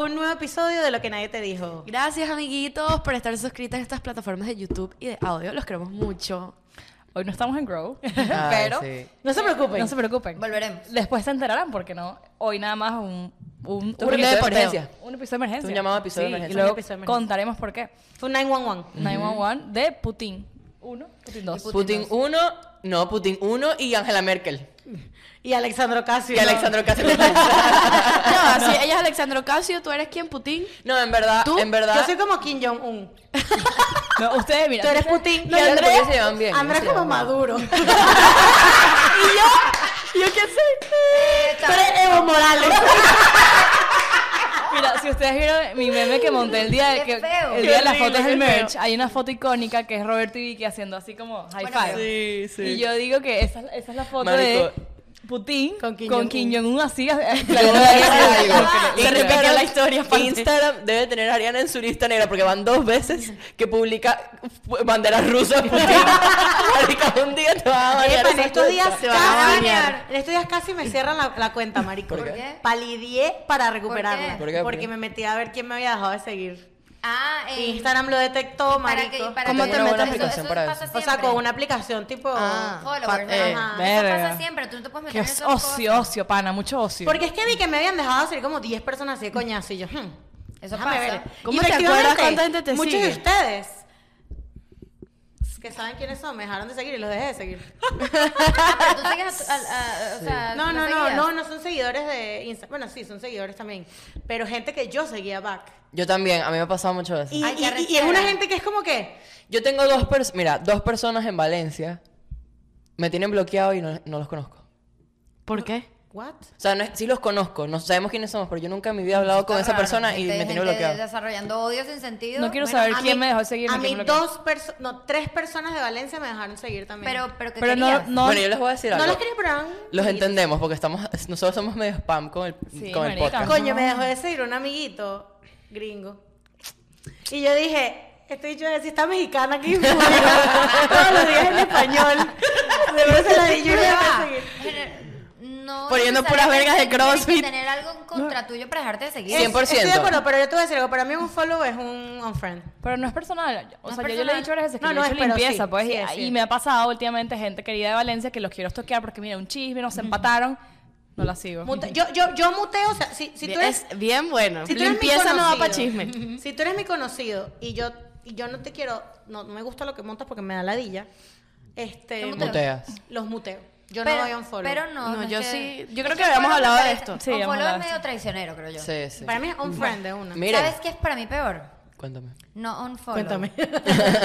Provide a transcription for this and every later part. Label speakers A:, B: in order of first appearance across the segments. A: un nuevo episodio de Lo que nadie te dijo.
B: Gracias, amiguitos, por estar suscritas a estas plataformas de YouTube y de audio. Los queremos mucho.
C: Hoy no estamos en Grow,
D: Ay,
C: pero
D: sí.
A: No se preocupen.
C: no se preocupen.
D: Volveremos.
C: Después se enterarán, porque no. Hoy nada más un, un,
D: Un episodio de
C: porteo.
D: emergencia.
C: Un episodio de emergencia.
D: Un llamado episodio de emergencia.
C: Y luego
A: Un episodio de emergencia.
C: contaremos por qué.
A: Fue un 911.
C: 911 de Putin 1, Putin 2.
D: Putin 1, no, Putin 1 y Angela Merkel.
A: Y Alexandro Casio.
D: Y Alexandro Ocasio.
B: No, así, ella es Alexandro Casio, tú eres quién, Putin.
D: No, en verdad,
A: Tú,
D: en verdad.
A: Yo soy como Kim Jong-un.
C: No, ustedes, mira.
A: Tú eres Putin.
D: No,
A: y
D: no,
A: Andrés.
D: porque se llevan bien,
A: Andrés
D: se
A: como
D: llevan bien.
A: Maduro. y yo. ¿Yo qué sé? Tú eres Evo Morales.
C: Mira, si ustedes vieron mi meme que monté el día de,
D: Qué
C: que,
D: feo.
C: el día de las
A: Qué horrible,
C: fotos del
A: qué feo.
C: merch, hay una foto icónica que es Roberto y Vicky haciendo así como high
D: Bueno,
C: five.
D: Sí, sí.
C: Y yo digo que esa, es- esa es la foto de
D: Marico.
C: Putin
A: Con Kim
C: con
A: Jong-un.
C: Kim Jong-un así.
D: Yo voy a decir algo.
C: Se repitió la
D: Instagram-
C: historia. aparte.
D: Instagram debe tener a Ariana en su lista negra porque van dos veces que publica f- banderas rusas. Putin. Marico, un día te va a bañar.
A: Epa, en
D: esa
A: estos días
D: cuenta.
A: casi, En estos días casi me cierran la, la cuenta, marico.
D: ¿Por qué?
A: Palidié para recuperarla.
D: ¿Por qué? ¿Por qué? ¿Por
A: Porque
D: qué?
A: me metí a ver quién me había dejado de seguir.
E: Ah, eh,
A: Instagram lo detectó,
E: para
A: marico.
E: que, para
D: ¿Cómo
E: que-
D: te metes
E: eso-
D: en aplicación
E: eso
D: para
E: pasa
A: o sea,
E: siempre.
A: con una aplicación tipo.
D: Ah.
E: Followers,
D: Eh,
E: ajá. Eso
C: verga.
E: pasa siempre, tú no te puedes
C: Que
E: meter en
C: es
E: esas
C: ocio, ocio, pana, mucho ocio.
A: Porque es que vi que me habían dejado de seguir como 10 personas así de coñazo. Y yo, hmm,
E: Eso
A: déjame
E: pasa.
A: ver.
B: ¿Cómo
A: Y
B: te acuerdas
A: efectivamente,
B: cuánta gente te
A: Muchos
B: sigue?
A: de ustedes que saben quiénes son, me dejaron de seguir y los dejé de seguir.
E: Ah, pero tú sigues a, a- a- o sea,
A: No,
E: Ah,
A: no,
E: tú
A: no,
E: seguías.
A: no, no son seguidores de Instagram. Bueno, sí, son seguidores también. Pero gente que yo seguía back.
D: Yo también, a mí me ha pasado mucho eso.
A: Y,
E: Ay, qué
A: y- y- y es
E: arrechera.
A: una gente que es como que.
D: Yo tengo dos personas, mira, dos personas en Valencia me tienen bloqueado y no, no los conozco.
B: ¿Por qué?
A: ¿What?
D: O sea, no es- sí los conozco, no sabemos quiénes somos, pero yo nunca en mi vida he hablado con
E: Está
D: esa
E: raro,
D: persona y
E: gente-
D: me tiene
E: gente
D: bloqueado.
E: desarrollando odio sin sentido.
C: No quiero saber
A: a
C: quién
A: mí-
C: me dejó de seguir.
A: A
C: ni
A: mí
C: quién me bloqueó.
A: dos personas. No, tres personas de Valencia me dejaron seguir también.
E: Pero, pero que
C: Pero no,
E: querías.
C: no.
D: Bueno, yo les voy a decir
A: no
D: algo.
A: los quería, pero. eran
D: Los
A: amiguitos.
D: entendemos porque estamos nosotros somos medio spam con el,
C: Sí,
D: con el
C: marica.
D: podcast.
A: Coño, me dejó de seguir un amiguito gringo. Y yo dije, estoy yo de si está mexicana aquí. Todos los días en español. Seguro se la di yo y me dejó de
E: Pero ya va.
A: seguir.
E: No
D: Poniendo puras
E: necesariamente
D: vergas de
E: tienes que
D: CrossFit.
E: tener algo en contra tuyo para dejarte de seguir.
A: Es-
D: 100%.
A: Estoy de acuerdo, pero yo te voy a decir algo. Para mí un follow es un unfriend.
C: Pero no es personal. O
E: No
C: sea,
E: es
C: yo, yo le he
E: personal.
C: dicho varias veces que
A: No,
C: yo
A: no
C: he hecho
A: es, pero
C: limpieza,
A: sí,
C: pues.
A: sí,
C: y,
A: sí.
C: y me ha pasado últimamente gente querida de Valencia que los quiero toquear porque, mira, un chisme, nos empataron. No la sigo.
A: Mute- yo, yo, yo muteo, o sea, si, si tú eres...
B: es bien bueno.
A: Si tú eres mi
B: Limpieza no va
A: conocido.
B: para chisme.
A: Si tú eres mi conocido y yo, y yo no te quiero, no, no me gusta lo que montas porque me da ladilla, este,
E: ¿Qué muteas?
D: Muteas.
A: los muteo. Yo no
E: pero,
A: doy un follow.
E: Pero no,
B: No,
E: es
B: yo
E: que-
B: sí- yo
E: es
B: creo
E: que
B: que habíamos
E: un follow
B: hablado de
E: parece-
B: esto.
C: Sí,
E: Un
C: habíamos
E: follow
C: hablado
E: es
C: de
E: medio traicionero, creo yo.
D: Sí, sí.
A: Para mí es unfriend de una.
D: Miren,
E: ¿Sabes qué es para mí peor?
D: cuéntame.
E: No un follow.
A: Cuéntame.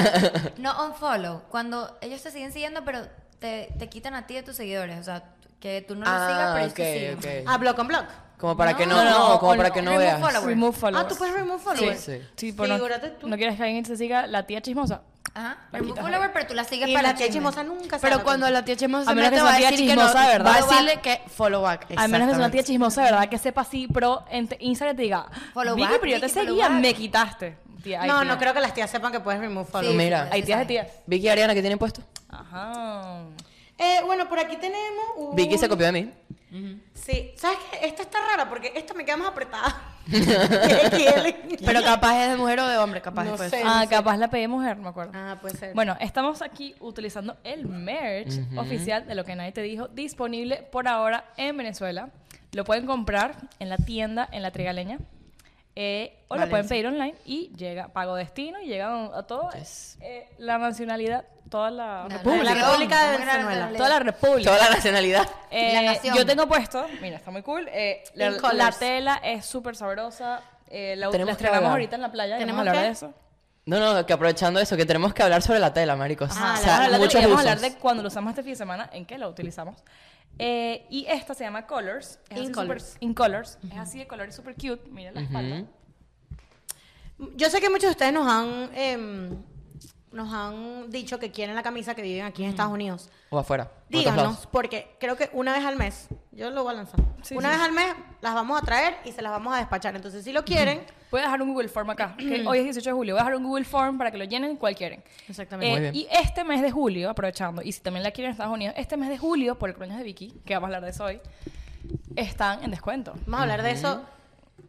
E: No unfollow. Cuando ellos te siguen siguiendo, pero te, te quitan a ti de tus seguidores. O sea, que tú no los sigas,
D: ah,
E: pero ellos
D: ok,
E: te siguen.
D: ok.
A: Ah, block on block.
D: Como para que no,
C: No, no,
D: no, como
C: con-
D: para que no
E: remove
D: veas.
E: followers.
C: Remove followers.
A: Ah, tú puedes remove follower.
D: Sí, sí.
C: Sí, pero no,
A: Figúrate tú.
C: no quieres que alguien se siga la tía chismosa.
E: Ajá.
C: La
E: Remove
C: quitas
E: follower, pero tú la sigues
A: Y
E: para
A: la
E: el
A: tía
E: chisme.
A: chismosa nunca sabe lo
B: Pero
A: que
B: cuando
A: hizo.
B: la tía chismosa
C: A
B: se
C: menos
B: mete,
C: que
B: va
C: sea
B: a
C: tía
B: decir que no,
C: chismosa, de
B: va
C: verdad.
B: a decirle que follow back.
C: Al menos que sea una tía
B: exactamente.
C: chismosa, ¿verdad? Que sepa así, pero en te- Instagram te diga,
E: Follow
C: Vicky,
E: back,
C: pero yo te
E: Vicky, follow
C: seguía,
E: back".
C: me quitaste. Tía, hay
A: No,
C: tía.
A: no creo que las tías sepan que puedes remove follow.
E: Sí,
D: Mira.
E: sí,
C: Hay
E: sí,
C: tías de
E: saben.
C: tías.
D: Vicky y Ariana, ¿qué tienen puesto?
C: Ajá.
A: Eh, bueno, por aquí tenemos un...
D: Vicky se copió de mí.
A: Sí. ¿Sabes qué? Esta está rara porque esta me queda más apretada. XL.
B: Pero capaz es de mujer o de hombre, capaz
A: No
B: es pues. por
A: sé.
B: eso.
C: Ah, capaz la pedí mujer, me acuerdo.
A: Ah, puede ser.
C: Bueno, estamos aquí utilizando el merch oficial de lo que nadie te dijo, disponible por ahora en Venezuela. Lo pueden comprar en la tienda en la Trigaleña. eh, o lo pueden pedir online y llega pago destino y llega a, a todo eh, la nacionalidad, toda la
E: No,
C: república.
A: La República de
E: Vamos a grabar
A: Venezuela.
E: la
C: Toda la república.
D: Toda la nacionalidad.
C: Eh,
E: La nación.
C: yo tengo puesto, mira, está muy cool. eh, la,
A: In colors.
C: la tela es súper sabrosa. eh, la,
D: Tenemos
C: la
D: que
C: estrenamos
D: hablar.
C: ahorita en la playa. y
A: ¿Tenemos
C: vamos a hablar
A: qué?
C: de eso.
D: No, no, que aprovechando eso, que tenemos que hablar sobre la tela, maricos.
A: Ajá,
D: o
A: la-
D: sea,
C: vamos a hablar de,
D: muchos
C: y vamos a
D: usos.
C: hablar de cuando lo usamos este fin de semana, en qué lo utilizamos. Eh, y esta se llama Colors. Es así
A: In
C: súper-
A: Colors.
C: in Colors. Es así de color y súper cute. Mira la espalda.
A: Yo sé que muchos de ustedes nos han, em, nos han dicho que quieren la camisa que viven aquí en Estados Unidos.
D: O afuera. por otros
A: Díganos,
D: lados.
A: porque creo que una vez al mes, yo lo voy a lanzar,
C: Sí,
A: una
C: sí.
A: vez al mes las vamos a traer y se las vamos a despachar. Entonces, si lo quieren,
C: Voy a dejar un Google Form acá. que hoy es 18 de julio. Voy a dejar un Google Form para que lo llenen cual quieren.
A: Exactamente.
D: Muy
C: Eh,
D: bien.
C: y este mes de julio, aprovechando, y si también la quieren en Estados Unidos, este mes de julio, por el cumpleaños de Vicky, que vamos a hablar de eso hoy, están en descuento.
A: vamos a hablar de eso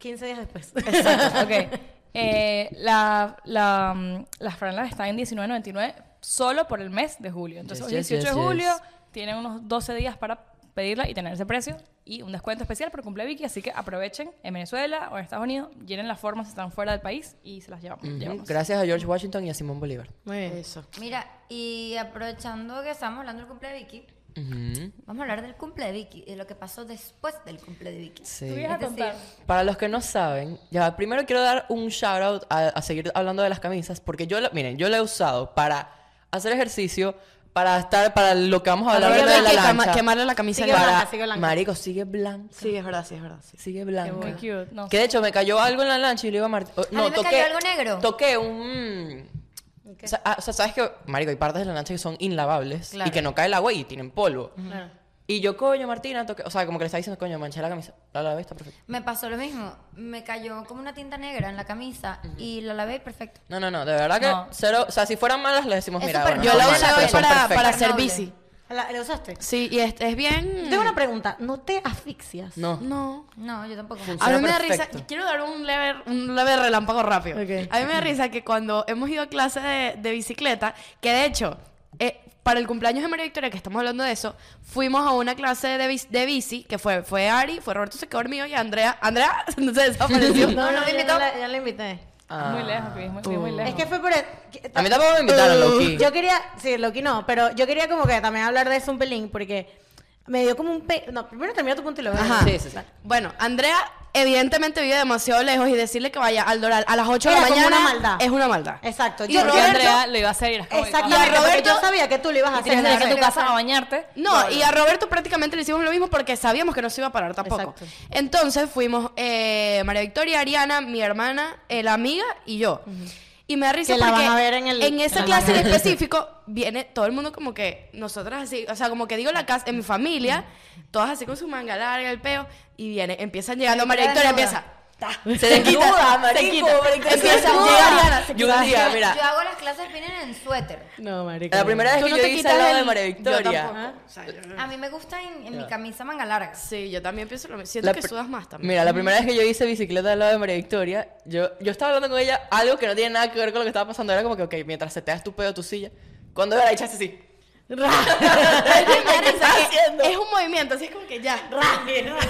A: 15 días después.
C: Exacto, ok. Eh, la, la, mm, las franlas están en 19.99 solo por el mes de julio. Entonces,
D: Yes,
C: hoy
D: yes,
C: 18
D: yes,
C: de julio
D: yes.
C: tienen unos 12 días para pedirla y tener ese precio y un descuento especial por cumple Vicky. Así que aprovechen en Venezuela o en Estados Unidos, llenen las formas si están fuera del país y se las llevamos.
D: Ujú.
C: llevamos.
D: Gracias a George Washington y a Simón Bolívar.
A: Muy bien. Eso.
E: Mira, y aprovechando que estamos hablando del cumple de Vicky,
D: Ujú.
E: vamos a hablar del cumple de Vicky, de lo que pasó después del cumple de Vicky.
C: Tú
D: Sí.
C: ibas a
E: Es decir,
C: contar.
D: Para los que no saben, ya primero quiero dar un shout out a, a seguir hablando de las camisas, porque yo, la- miren, yo la he usado para hacer ejercicio, para estar, para lo que vamos a hablar
B: Ahora
D: ahorita de la
B: que quema-
D: lancha.
B: quemarle la camisa
A: Sigue
B: al-
D: para-
A: blanca, sigue blanca.
D: Marico, sigue blanca.
B: Sí, es verdad, sí, es verdad. sí.
D: Sigue
C: Qué
D: blanca.
C: muy cute. No,
D: Que de hecho me cayó algo en la lancha y le iba a Martín. No,
E: mí me
D: toqué,
E: cayó algo negro.
D: Toqué un. O, sea, ah, o sea, sabes que, Marico, hay partes de la lancha que son inlavables
E: Claro.
D: y que no cae el agua y tienen polvo. Y yo, coño, Martina, toqué. O sea, como que le está diciendo, coño, manché la camisa. La lavé, está perfecto.
E: Me pasó lo mismo, me cayó como una tinta negra en la camisa y la lavé y perfecto.
D: No, no, no, de verdad que
C: No.
D: cero. O sea, si fueran malas, le decimos,
E: Es
D: mira,
E: súper
D: bueno,
B: Yo
D: no,
B: la
E: Noble,
D: malas,
B: usaba
D: pero son
B: para,
D: perfectas.
B: para hacer
E: Noble.
B: bici.
A: ¿La, la usaste?
B: Sí, y es, es bien...
A: Tengo una pregunta. ¿No te asfixias?
D: No.
B: No.
E: No, yo tampoco.
B: A mí
D: Suena
B: me da risa,
D: perfecto.
B: quiero dar un leve, un leve relámpago rápido.
A: Ok.
B: A mí me da risa que cuando hemos ido a clase de, de bicicleta, que de hecho, eh, para el cumpleaños de María Victoria, que estamos hablando de eso, fuimos a una clase de, bici- de bici, que fue, fue Ari, fue Roberto, se quedó dormido y Andrea, Andrea no se desapareció.
A: No, no,
E: no,
A: yo no
E: me invitó.
A: la, yo no la invité.
D: Ah.
C: Muy lejos, fui muy, fui muy lejos.
A: Es que fue por... que-
D: A mí tampoco me invitaron, Loki.
A: Yo quería, sí, Loki no, pero yo quería como que también hablar de eso un pelín, porque me dio como un pe... No, primero termina tu punto y luego...
B: Ajá.
D: Sí, sí, sí.
B: Bueno, Andrea evidentemente vive demasiado lejos y decirle que vaya al Doral a las 8 de la
A: Era como
B: mañana
A: una maldad.
B: es una maldad.
A: Exacto.
B: Y
A: Yo,
B: Roberto-
C: Porque
A: Roberto...
C: Andrea lo iba a hacer y era como,
A: Exactamente,
B: Y a
A: porque yo
B: Roberto-
A: sabía que tú lo ibas a
C: "Vamos,
A: hacer.
C: Tienes que
A: Claro.
C: ir a tu casa a bañarte.
B: No, y a Roberto prácticamente le hicimos lo mismo porque sabíamos que no se iba a parar tampoco.
A: Exacto.
B: Entonces fuimos eh, María Victoria, Ariana, mi hermana, eh, la amiga y yo. Y me da risa
A: Que la
B: porque
A: van a ver en el- en
B: esa
A: la
B: clase en
A: mañana.
B: específico viene todo el mundo como que nosotras así, o sea, como que digo la casa en mi familia, todas así con su manga larga, el peo y viene, empiezan llegando María Victoria, empieza.
D: Se desnuda,
B: se
D: marico.
B: quita.
D: marico, se
B: Empieza,
D: desnuda.
B: llega Ariana, se
D: Yo un día,
E: Yo-
D: mira,
E: Yo hago las clases vienen en suéter.
A: No, marica.
D: la primera vez
B: Tú
D: que
B: no
D: yo
B: te
D: hice
B: quitas
D: al lado de
B: el-
D: María
B: yo
D: Victoria.
B: tampoco. O sea, yo-
E: A mí me gusta en, en mi camisa manga larga.
B: Sí, yo también pienso lo mismo. Siento
D: La
B: que
D: pr-
B: sudas más también.
D: Mira, la primera vez que yo hice bicicleta al lado de María Victoria, yo, yo estaba hablando con ella algo que no tiene nada que ver con lo que estaba pasando. Era como que, ok, mientras se te das tu pedo tu silla, cuando la echaste así.
B: Es que me da
D: ¿Qué
B: risa
D: estás
B: que
D: haciendo?
B: es un movimiento, así es como que ya.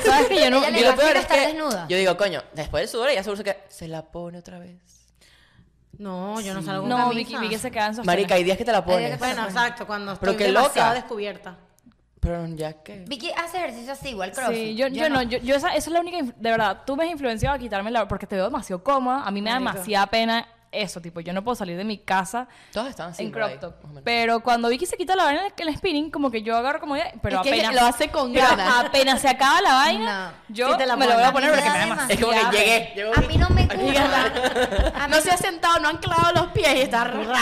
C: ¿Sabes que yo no,
E: Ella le
D: Y lo
E: fascina
D: peor es
E: estar
D: que
E: desnuda.
D: yo digo, coño, después del sudor ella seguro se que se la pone otra vez.
A: No, yo no salgo con
C: No,
A: camisa.
C: Vicky, Vicky se queda en sus
D: Marica, hay días que te la
E: días
D: pones.
E: que te la-
A: Bueno, exacto, cuando
D: Pero
A: estoy
D: qué loca.
A: demasiado descubierta.
D: Pero ya que...
E: Vicky hace ejercicio así, igual crossfit.
C: Sí, yo, yo, no, yo, yo esa, esa es la única, inf- de verdad, tú me has influenciado a quitarme la, porque te veo demasiado cómoda, a mí me da demasiada pena eso, tipo, yo no puedo salir de mi casa
D: Todas están así.
C: en
D: por ahí,
C: crop top.
D: más o menos.
C: Pero cuando Vicky se quita la vaina en el spinning, como que yo agarro como, de-
B: Es
C: pero
B: que
C: apenas,
B: lo hace con
C: pero
B: ganas.
C: apenas se acaba la vaina, yo
A: Sí te la
C: me lo voy a
A: pones.
C: poner porque me
E: Me
C: da
E: da
C: demasiado.
D: Es como que llegué. llegó
E: A mí no me
D: Amiga.
E: gusta. A mí
B: No se ha sentado, no han clavado los pies y está raro.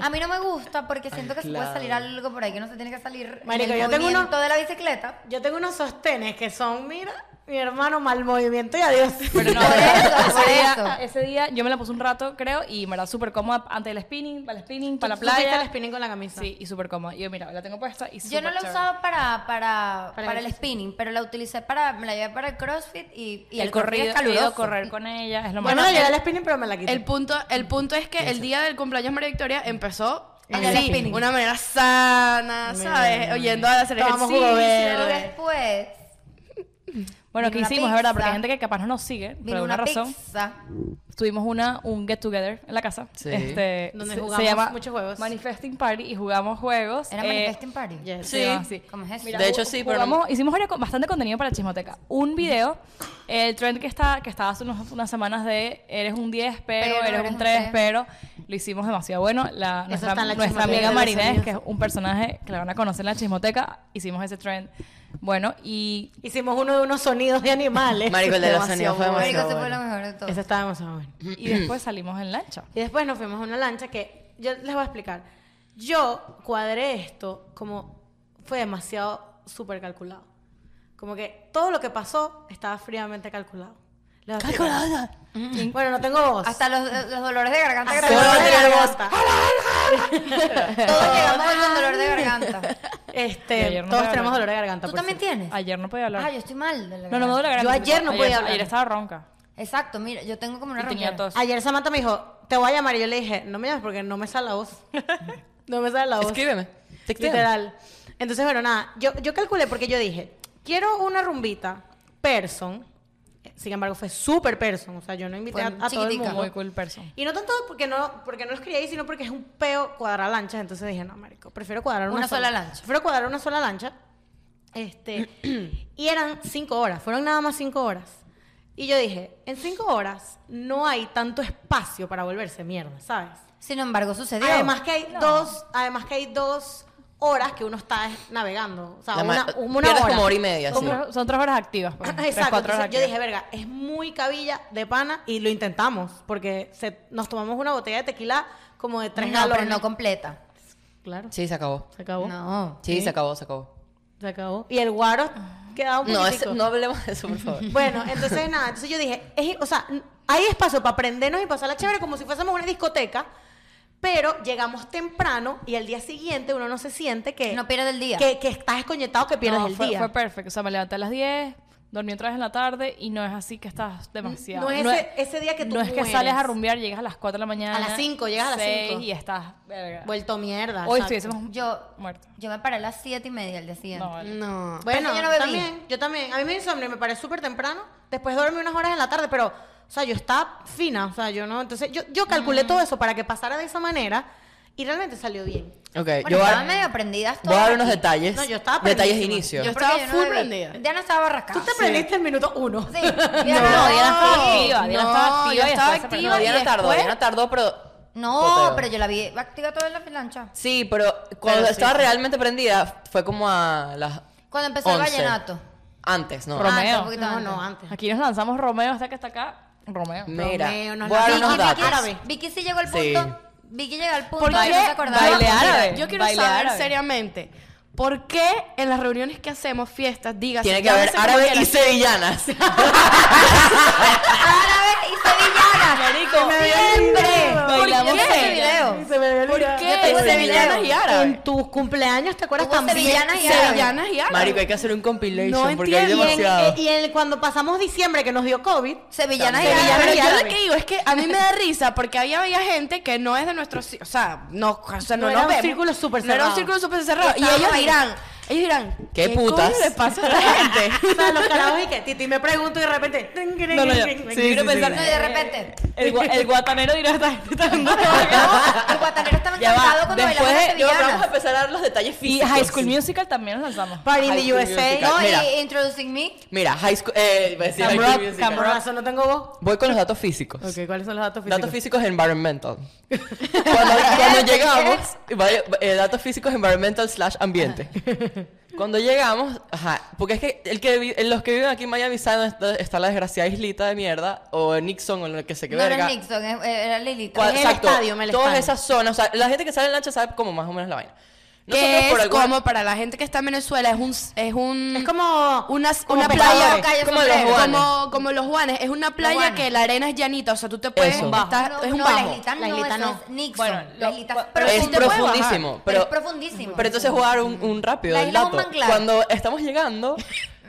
E: A mí no me gusta porque siento que se
D: claro.
E: puede salir algo por ahí que no se tiene que salir.
A: Marico,
E: en el
A: yo tengo
E: movimiento
A: uno-
E: de la bicicleta.
A: Yo tengo unos sostenes que son, mira, mi hermano, mal movimiento y adiós.
C: Pero no,
E: Por eso, por
C: ese, día,
E: eso.
C: ese día yo me la puse un rato, creo, y me era súper cómoda antes del spinning, para el spinning, para la
A: Tú fuiste
C: playa.
A: al spinning con la camisa.
C: Sí, y súper cómoda. Y yo, mira, la tengo puesta y
E: Yo no
C: súper
E: la
C: chévere.
E: usaba para, para,
A: Para
E: para, el
A: ejercicio.
E: spinning, pero la utilicé para. Me la llevé para el crossfit y, y
C: el, corrido,
E: es
C: he ido a
E: caluroso.
C: correr con ella, es lo más
A: Bueno, la llevé al spinning, pero me la quité.
B: El punto, el punto es que el día del cumpleaños de María Victoria empezó
E: En
A: el
B: así,
E: spinning.
B: una manera sana, ¿sabes? Oyendo a hacer
A: Tomamos
B: ejercicio.
A: jugo
E: Pero después
C: Bueno,
E: Vino
C: ¿qué
E: una
C: hicimos, es verdad? Porque
E: pizza.
C: hay gente que capaz no nos sigue, por
E: vino
C: alguna
E: una
C: razón.
E: pizza.
C: Tuvimos una, un get together en la casa.
D: Sí.
C: Este,
A: Donde
C: se- se,
A: jugamos
C: llama
A: muchos juegos.
C: Manifesting Party y jugamos juegos.
E: Era
C: eh,
E: manifesting party.
A: Yes.
C: se
D: Sí.
C: llama así.
E: ¿Cómo es eso?
D: De hecho, sí, pero no-
C: Jugamos- Hicimos varios- bastante contenido para Chismoteca. Un video, el trend que, está, que estaba hace unos- unas semanas de eres un 10, pero,
E: Pero
C: eres un 3,
E: tres.
C: pero, lo hicimos demasiado bueno. La, nuestra
A: está en la
C: nuestra
A: Chismoteca
C: amiga
A: de los
C: Marinés,
A: amigos.
C: que es un personaje que la van a conocer en la Chismoteca, hicimos ese trend. Bueno, y
A: Hicimos uno de unos sonidos de animales.
D: Marico, el de los
B: Demasiado
D: sonidos fue
B: bueno.
E: Marico,
D: demasiado
E: se fue lo
D: bueno.
E: mejor de todo.
A: Ese estaba demasiado bueno.
C: Y después salimos en lancha.
A: Y después nos fuimos a una lancha que yo les voy a explicar. Yo cuadré esto como fue demasiado súper calculado. Como que todo lo que pasó estaba fríamente calculado. Les voy a explicar. Mm. Bueno, no tengo voz.
E: Hasta los, eh, los dolores de garganta.
A: Hasta
E: que
A: los
E: tenemos.
A: dolores de garganta.
E: Todos llegamos con dolor de garganta.
A: Este,
C: Yo ayer no
A: todos
C: podía
A: tenemos
C: hablar.
A: dolor de garganta. pues,
E: ¿Tú
A: por
E: también
A: cierto.
E: tienes?
C: Ayer no podía hablar.
E: Ah, yo estoy mal de la
C: no, no me duele la
A: Yo
C: garganta.
A: ayer no podía hablar.
C: Ayer estaba ronca.
E: Exacto, mira, yo tengo como una
C: Y tenía
E: ronquera.
C: tos.
A: Ayer Samantha me dijo, te voy a llamar. Y yo le dije, no me llames porque no me sale la voz. no me sale la voz.
D: Escríbeme. textéame.
A: Literal. Entonces, bueno, nada, yo, yo calculé porque yo dije, quiero una rumbita person. Sin embargo, fue super person. O sea, yo no invité
E: Fue
A: a, a todo el
E: chiquitica.
A: mundo.
C: Muy cool person.
A: Y no tanto porque no, porque no los quería ir, sino porque es un peo cuadrar lanchas. Entonces dije, no, marico, prefiero cuadrar una,
E: Una sola lancha.
A: Prefiero cuadrar una sola lancha. Este, y eran cinco horas, fueron nada más cinco horas. Y yo dije, en cinco horas no hay tanto espacio para volverse mierda, ¿sabes?
E: Sin embargo, sucedió.
A: Además que hay dos, además que hay dos horas que uno está es- navegando. O sea,
D: La
A: una,
D: ma-
A: una
D: pierdes
A: hora.
D: como hora y media.
C: Son
D: sí.
C: tres- Son tres horas activas. pues. Tres,
A: Exacto.
C: cuatro horas
A: entonces yo
C: activas.
A: dije, verga, es muy cabilla de pana y lo intentamos porque se- nos tomamos una botella de tequila como de tres
E: no,
A: galones.
E: pero no completa.
A: Claro.
D: Sí, se acabó.
A: Se acabó.
E: No.
D: Sí, se acabó, se acabó.
A: Se acabó. Y el guaro quedaba un
D: No,
A: poquitico.
D: ese- no hablemos de eso, por favor.
A: Bueno, entonces nada, entonces yo dije, es- o sea, n- hay espacio para prendernos y pasarla chévere como si fuésemos a una discoteca, pero llegamos temprano y al día siguiente uno no se siente que
E: No pierde el día.
A: que, que estás escoñetado que pierdes
C: No,
A: el
C: fue,
A: día.
C: Fue perfecto. O sea, me levanté a las 10, dormí otra vez en la tarde y no es así que estás
A: no
C: demasiado.
A: es ese- ese día que tú
C: No es que
A: mueres.
C: sales a rumbear, llegas a las 4 de la mañana.
A: A las cinco, llegas a las
C: seis
A: cinco.
C: y estás. Verga.
A: Vuelto mierda.
C: Hoy
A: exacto.
C: estuviésemos
E: Yo,
C: muertos.
E: yo me paré a las siete y media el día siguiente.
C: No, vale.
B: No.
A: Bueno,
E: Pero yo no bebí.
A: también, yo también. A mí me insomnio, me parece súper temprano. Después dormí unas horas en la tarde, pero, o sea, yo estaba fina, o sea, yo no. Entonces, yo, yo calculé todo eso para que pasara de esa manera y realmente salió bien.
D: Ok,
E: Bueno,
D: yo voy
E: estaba
D: a,
E: medio aprendidas
D: voy a dar unos
E: aquí.
D: detalles.
A: No, yo estaba
D: detalles de
A: prendidísima.
D: inicio.
B: Yo
E: Porque
B: estaba
E: no
B: full
E: bebí.
B: prendida.
E: Diana estaba barracada.
A: Te prendiste el minuto uno.
E: Sí. Diana,
C: No,
E: no,
C: Diana estaba activa. Diana
B: no,
C: estaba activa
B: yo
C: y
B: estaba
C: después se
B: activa
D: No,
B: y
D: Diana tardó,
B: después-
D: Diana tardó, pero...
E: No,
D: Poteo.
E: pero yo la vi activa toda la lancha.
D: Sí, pero cuando
E: Pero
D: estaba
E: sí.
D: realmente prendida fue como a las
E: Cuando empezó el
D: 11.
E: vallenato.
D: Antes, ¿no?
C: Romeo.
E: Ah, un poquito
A: No,
E: antes.
A: no, antes.
C: Aquí nos lanzamos Romeo hasta que está acá. Romeo.
D: Ah,
A: Mm.
D: Mira,
A: Romeo, no es
D: voy
A: la-
D: a dar
E: Vicky,
D: unos
E: Vicky,
D: datos.
A: árabe.
E: Vicky sí llegó al
D: Sí.
E: punto. Vicky llegó al punto.
B: ¿Por
E: de
B: qué?
E: que no se acordaba.
C: Baile
B: Mira,
C: árabe,
B: Yo quiero
C: baile
B: saber
C: árabe.
B: seriamente. ¿Por qué en las reuniones que hacemos, fiestas, digas...
D: Tiene que haber árabe y sevillanas.
E: Árabe y sevillanas.
A: ¡Siempre!
B: Bailamos
E: ¿Por qué?
B: ese
E: video.
A: Se me había olvidado.
B: qué?
A: Yo tengo
B: Ese
A: sevillanas
B: video.
A: y árabe. En tus cumpleaños, ¿te acuerdas
E: Hubo
A: también?
E: sevillanas y árabe.
B: Sevillanas y árabe.
D: Marico, hay que hacer un compilation
B: No
D: porque hay
A: Y, en-
D: demasiado.
A: y en- cuando pasamos diciembre que nos dio COVID,
E: Sevillanas y
D: También.
E: árabe.
B: Pero
A: y
B: yo lo
A: árabe.
B: que digo es que a mí me da risa porque había, había gente que no es de nuestro... ci- O sea, no, o sea, no,
A: No era
B: nos
A: un
B: vemos.
A: círculo súper
B: No era un
A: cerrado.
B: círculo súper cerrado. Y
E: Estábamos
B: ellos
E: ahí.
B: dirán... Ellos dirán...
D: ¿Qué putas?
B: coño le pasa a esta gente?
A: o sea, los carajos y que Titi me pregunto y de repente.
C: No, no, yo-
D: quiero pensar-
E: No, y de repente.
C: El, gua- el guatanero dirá esta gente está dando
E: El guatanero estaba encantado cuando bailaba las
D: después yo- vamos a
E: sevillanas.
D: empezar a dar los detalles
C: Y
D: físicos.
C: High School Musical también nos lanzamos.
A: Party in
D: High
A: the
D: School
A: USA.
D: Musical.
E: No,
D: Mira.
E: y Introducing Me.
D: Mira, High School... Eh, iba a decir
C: Cam
D: High School
C: Rock,
D: Musical.
C: Cam
A: Por razón no tengo voz.
D: Voy con los datos físicos.
A: Ok, ¿cuáles son los datos físicos?
D: Datos físicos environmental. Cuando, cuando llegamos, vaya, eh, datos físicos environmental slash ambiente. Cuando llegamos, ajá, porque es que, el que vi- los que viven aquí en Miami saben está, está la desgraciada islita de mierda, o Nixon, o lo que se que
E: No era
D: verga.
E: Nixon, es- era Lilita.
D: Cua-
A: Es el estadio, el
D: todas
A: estadio.
D: esas zonas, o sea, la gente que sale en lancha sabe como más o menos la vaina. Nosotros
B: Que es
D: alguna-
B: como para la gente que está en Venezuela, es un... Es un...
A: Es como.
B: una,
A: como
B: Mm. una
A: pescadores.
B: playa
E: Calle
B: como,
E: Sombrero.
B: los Juanes. como, como los Juanes es una playa
E: Juanes.
B: que la arena es llanita o sea tú te puedes
D: Eso.
B: estar-
E: No,
B: es un
E: no, La
B: bajo
E: islita
A: La
E: no,
A: islita
E: eso
A: no.
E: es Nixon.
C: Bueno,
E: la
C: lo-
E: islita
C: pero
D: es
E: profunda.
D: profundísimo,
E: Pero
D: pero,
E: es profundísimo.
D: pero entonces voy a dar un, un rápido
E: La
D: el
E: isla es un
D: dato.
E: manglar.
D: Cuando estamos llegando,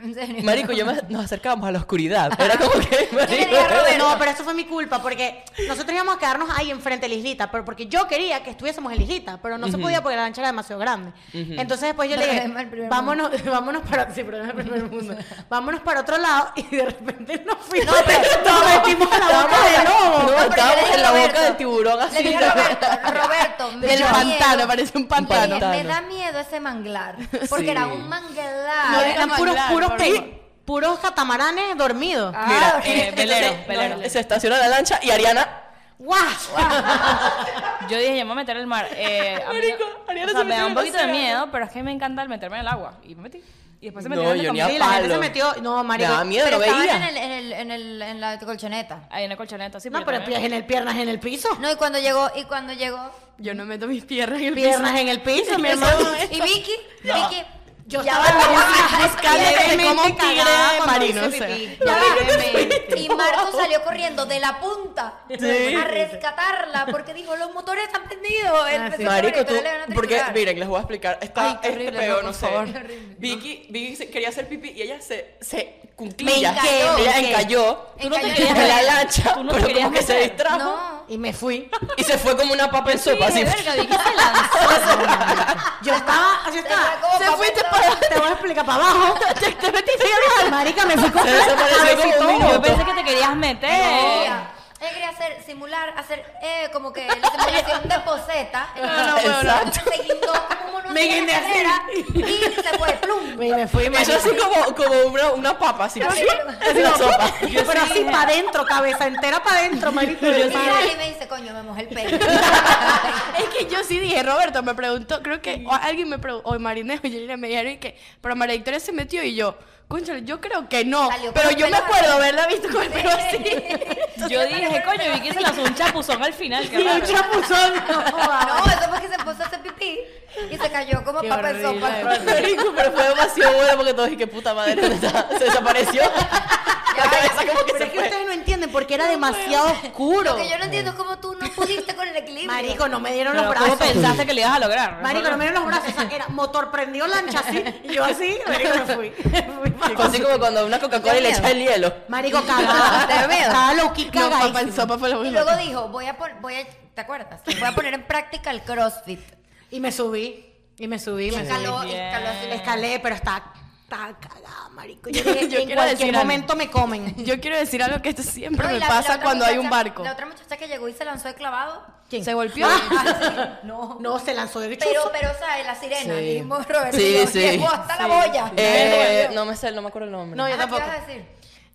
E: En serio.
D: Marico, yo me- nos acercábamos a la oscuridad. Era como que.
E: le
D: Marico,
E: dije a Roberto.
A: No, pero eso fue mi culpa, porque nosotros íbamos a quedarnos ahí enfrente de la islita, pero porque yo quería que estuviésemos en la islita, pero no se podía porque la lancha era demasiado grande. Entonces después yo le
E: Problema del
A: dije,
E: primer
A: vámonos, vámonos para, sí, problema del primer mundo. vámonos para otro lado y de repente nos fuimos.
E: No, pero-
A: nos metimos a la boca de lobo.
D: no,
E: pero yo le
D: estábamos
E: dije
D: en
E: a
D: la boca
E: Roberto.
D: del tiburón
E: Le
D: así.
E: dije a Roberto, Roberto, me
B: del
E: da
B: pantano
E: miedo.
B: parece un
E: Le dije,
B: pantano
E: Me da miedo ese manglar. Porque
D: Sí.
E: era un
A: No,
E: manglar.
A: eran puros,
B: manglar,
A: puros,
B: por
A: pe-
B: favor.
A: puros catamaranes dormidos.
E: Ah,
D: Mira,
E: ok.
D: eh,
C: velero,
D: entonces,
C: velero.
D: no, Se estaciona la lancha y Ariana.
A: ¡Guau!
C: Yo dije, yo me voy a meter al mar. Eh, a mí no-
D: Marico, Ariana
C: o sea,
D: se
C: me da
D: metió
C: un poquito de
D: demasiado.
C: miedo, pero es que me encanta el meterme en el agua. Y me metí. Y después
E: Pues
C: se
D: No,
C: metió en el
D: yo ni
A: Sí,
D: a
C: conmigo.
A: la gente
D: palo.
A: se metió. No,
D: Me
A: marico.
D: daba miedo,
E: Pero
D: no
E: estaban en,
D: veía.
E: el, en, el, en, el, en la colchoneta.
C: Ahí en el colchoneta, sí.
A: No, pero
C: yo
A: pies
C: también-
A: en el piernas en el piso.
E: No, y cuando llegó, y cuando llegó,
B: yo no meto mis piernas en el
A: Piernas en el piso, mi hermano.
E: y Vicky, Vicky,
A: Yo
E: Ya
A: estaba
E: va.
B: Buscándole como un
A: levemente
B: tigre
A: cagada cuando hice
B: marino, o sea.
A: pipí.
E: Ya va. Y Marco salió corriendo de la punta
D: Sí.
E: a rescatarla porque dijo, los motores están prendidos. Él
A: Ah,
E: pensó
A: sí.
E: que
D: Marico,
E: ahorita
D: tú.
E: le van a
D: Porque,
E: triturar.
D: miren, les voy a explicar. Está
B: Ay, qué
D: este
B: horrible,
D: pedo,
B: no,
D: no,
B: por
D: sé.
B: favor.
D: Vicky, Vicky se- quería hacer pipí y ella se, se cuclilla.
E: Me encalló.
D: Ella
E: ¿Qué?
D: encalló.
E: Tú no te
D: en
E: querías
D: la
E: meter.
D: lancha,
C: Tú no te
D: pero
C: querías
D: como que se
C: meter.
D: distrajo
E: No.
A: Y me fui.
D: y se fue como una papa en sopa.
C: Sí,
D: así.
C: verga, Vicky se lanzó.
A: Yo estaba, yo estaba. Se
E: sacó papel
A: fuiste
E: todo.
A: para te voy a explicar para abajo. Te, te metiste al marica, me fui con
D: Se desapareció como un
C: Yo
D: minuto.
C: pensé que te querías meter.
E: Ella él quería hacer, simular, hacer eh, como que la simulación de poseta.
D: no, no, no. Exacto.
E: Se guindó como uno
A: Me
E: tiene
A: guindé así.
E: carrera y se fue plum.
A: Y me fui,
D: Eso
A: marica.
D: así como, como una, una papa, así.
E: Así.
D: en la sopa.
A: Pero así para adentro, cabeza entera para adentro, marica.
E: Y
A: Yo estaba-
E: sale y me dice, coño, me mojé el pelo.
B: Es que yo sí dije, Roberto me preguntó, creo que o alguien me preguntó, o Marinejo, yo le me dijeron y que, pero María Victoria se metió y yo, cónchale, yo creo que no,
E: Salió
B: pero
E: con
B: yo me
E: pelos
B: acuerdo
E: así.
B: haberla visto con el pelo así.
C: Yo dije, coño, Vicky se lanzó un chapuzón al final. Qué
A: Y un
C: raro.
A: chapuzón.
E: No, eso fue que se puso a hacer pipí y se cayó como
A: Qué
E: papa en
A: horrible.
E: sopa.
D: Marico, pero fue demasiado bueno porque todos dije, puta madre, ¿dónde está? Se desapareció. La cabeza como que
A: Pero
D: se
A: es que
D: fue.
A: ustedes no entienden porque era demasiado oscuro.
E: Lo que yo no entiendo es cómo tú no pudiste con el equilibrio.
A: Marico, no me dieron los
C: Pero ¿Cómo
A: brazos.
C: pensaste que le ibas a lograr?
A: Marico, no me dieron los brazos. O sea, era motor prendió lancha así. Y yo así, marico, me fui. Me fui pa'
D: Así como cuando a una Coca-Cola le echas el hielo.
A: Marico, cagada.
E: Te veo.
A: Estaba loqui
B: No,
A: cagada.
B: papá en sopa fue lo
E: Y
B: mismo.
E: luego dijo, voy a poner, voy a, ¿te acuerdas? Voy a poner en práctica el crossfit.
A: Y me subí. Y me subí.
E: Y
A: me subí.
E: escaló, y escaló así.
A: Escalé, pero está, está cagada, marico. Yo dije,
B: Yo
A: en
B: quiero decir
A: cualquier
B: algo.
A: momento me comen.
B: Yo quiero decir algo que esto siempre
E: No, y
B: me
E: la- la
B: pasa
E: otra
B: cuando hay un
E: muchacha-
B: barco.
E: La otra muchacha que llegó y se lanzó de clavado.
A: ¿Quién?
B: Se golpeó.
E: Ah, sí. No.
A: No, se lanzó de
E: Pero,
A: chuzo.
E: pero, o sea, la sirena,
D: Sí.
E: el mismo Roberto.
D: Sí,
E: digo,
D: sí.
E: Llegó hasta la boya.
D: Eh, no me sé, no me acuerdo el nombre.
B: No, yo
E: Ah, ¿qué
B: tampoco.
E: vas a decir?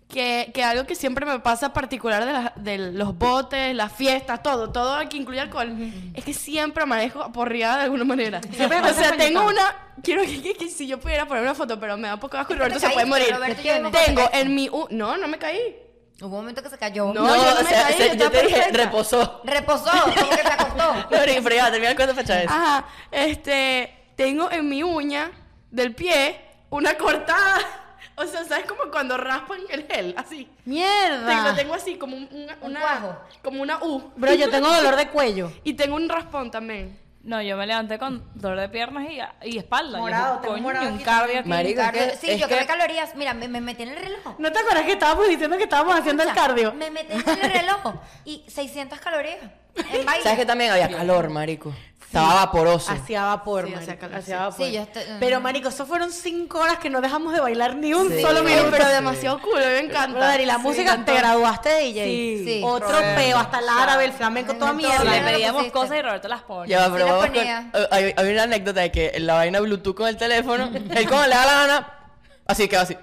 B: Que, que algo que siempre me pasa particular de, las- de los botes, las fiestas, todo, todo que incluye alcohol, es que siempre amanezco aporreada de alguna manera.
A: Siempre me
B: o sea,
A: pasa
B: tengo
A: pañito.
B: una... Quiero que, que- que si yo pudiera poner una foto, pero me da poco asco y
E: Es que
B: Roberto
E: te
B: se puede
E: caíste,
B: morir.
E: Roberto, ya vemos que te
B: tengo
E: caíste.
B: en mi... u- no, no me caí.
E: Hubo un momento que se cayó.
B: No, yo no me caí, yo
D: se- yo
B: estaba
D: te dije,
B: perfecta.
D: reposó.
E: Reposó, como que se acostó.
D: No, pero ya, termina el cuento fecha esa.
B: Ajá, este, tengo en mi uña del pie una cortada. O sea, ¿sabes como cuando raspan el gel? Así. Tengo,
A: Mierda.
B: tengo así como un- una,
E: Un
B: una-
E: cuajo.
B: como una U.
A: Ah. Bro, yo tengo dolor de cuello.
B: Y tengo un raspón también.
C: No, yo me levanté con dolor de piernas y, y espalda.
A: Morado,
C: yo,
A: tengo
C: coño,
A: morado
C: un
A: aquí
C: cardio aquí.
D: Marico, es que-
E: Sí,
D: es
E: yo
D: que-
E: quemé calorías. Mira, me, me metí en el reloj.
A: ¿No te acuerdas que estábamos diciendo que estábamos haciendo el cardio?
E: Me metí en el reloj y 600 calorías en baile.
D: ¿Sabes que también había calor, marico? Estaba vaporoso.
A: Hacía vapor,
B: Sí,
A: marico,
B: hacía calor,
A: hacía
B: sí.
A: vapor.
E: Sí, yo estoy- mm.
A: Pero, marico, eso fueron cinco horas que no dejamos de bailar ni un
D: Sí.
A: solo
B: Ay,
A: minuto.
B: pero demasiado cool, me encanta.
A: Brother, y la
B: Sí,
A: música,
B: me
A: te
B: encantó.
A: graduaste de DJ.
C: Sí.
E: Sí.
A: Otro
C: Roberto.
A: peo, hasta el árabe, el flamenco, toda
E: Todo,
A: mierda.
C: Le
E: Roberto.
C: pedíamos
E: pusiste.
C: cosas y Roberto las pone.
D: Ya va, pero
E: la
D: vamos con-
E: ponía.
D: eh, hay, hay una anécdota de que la vaina Bluetooth con el teléfono, él cuando le da la gana, así quedó así.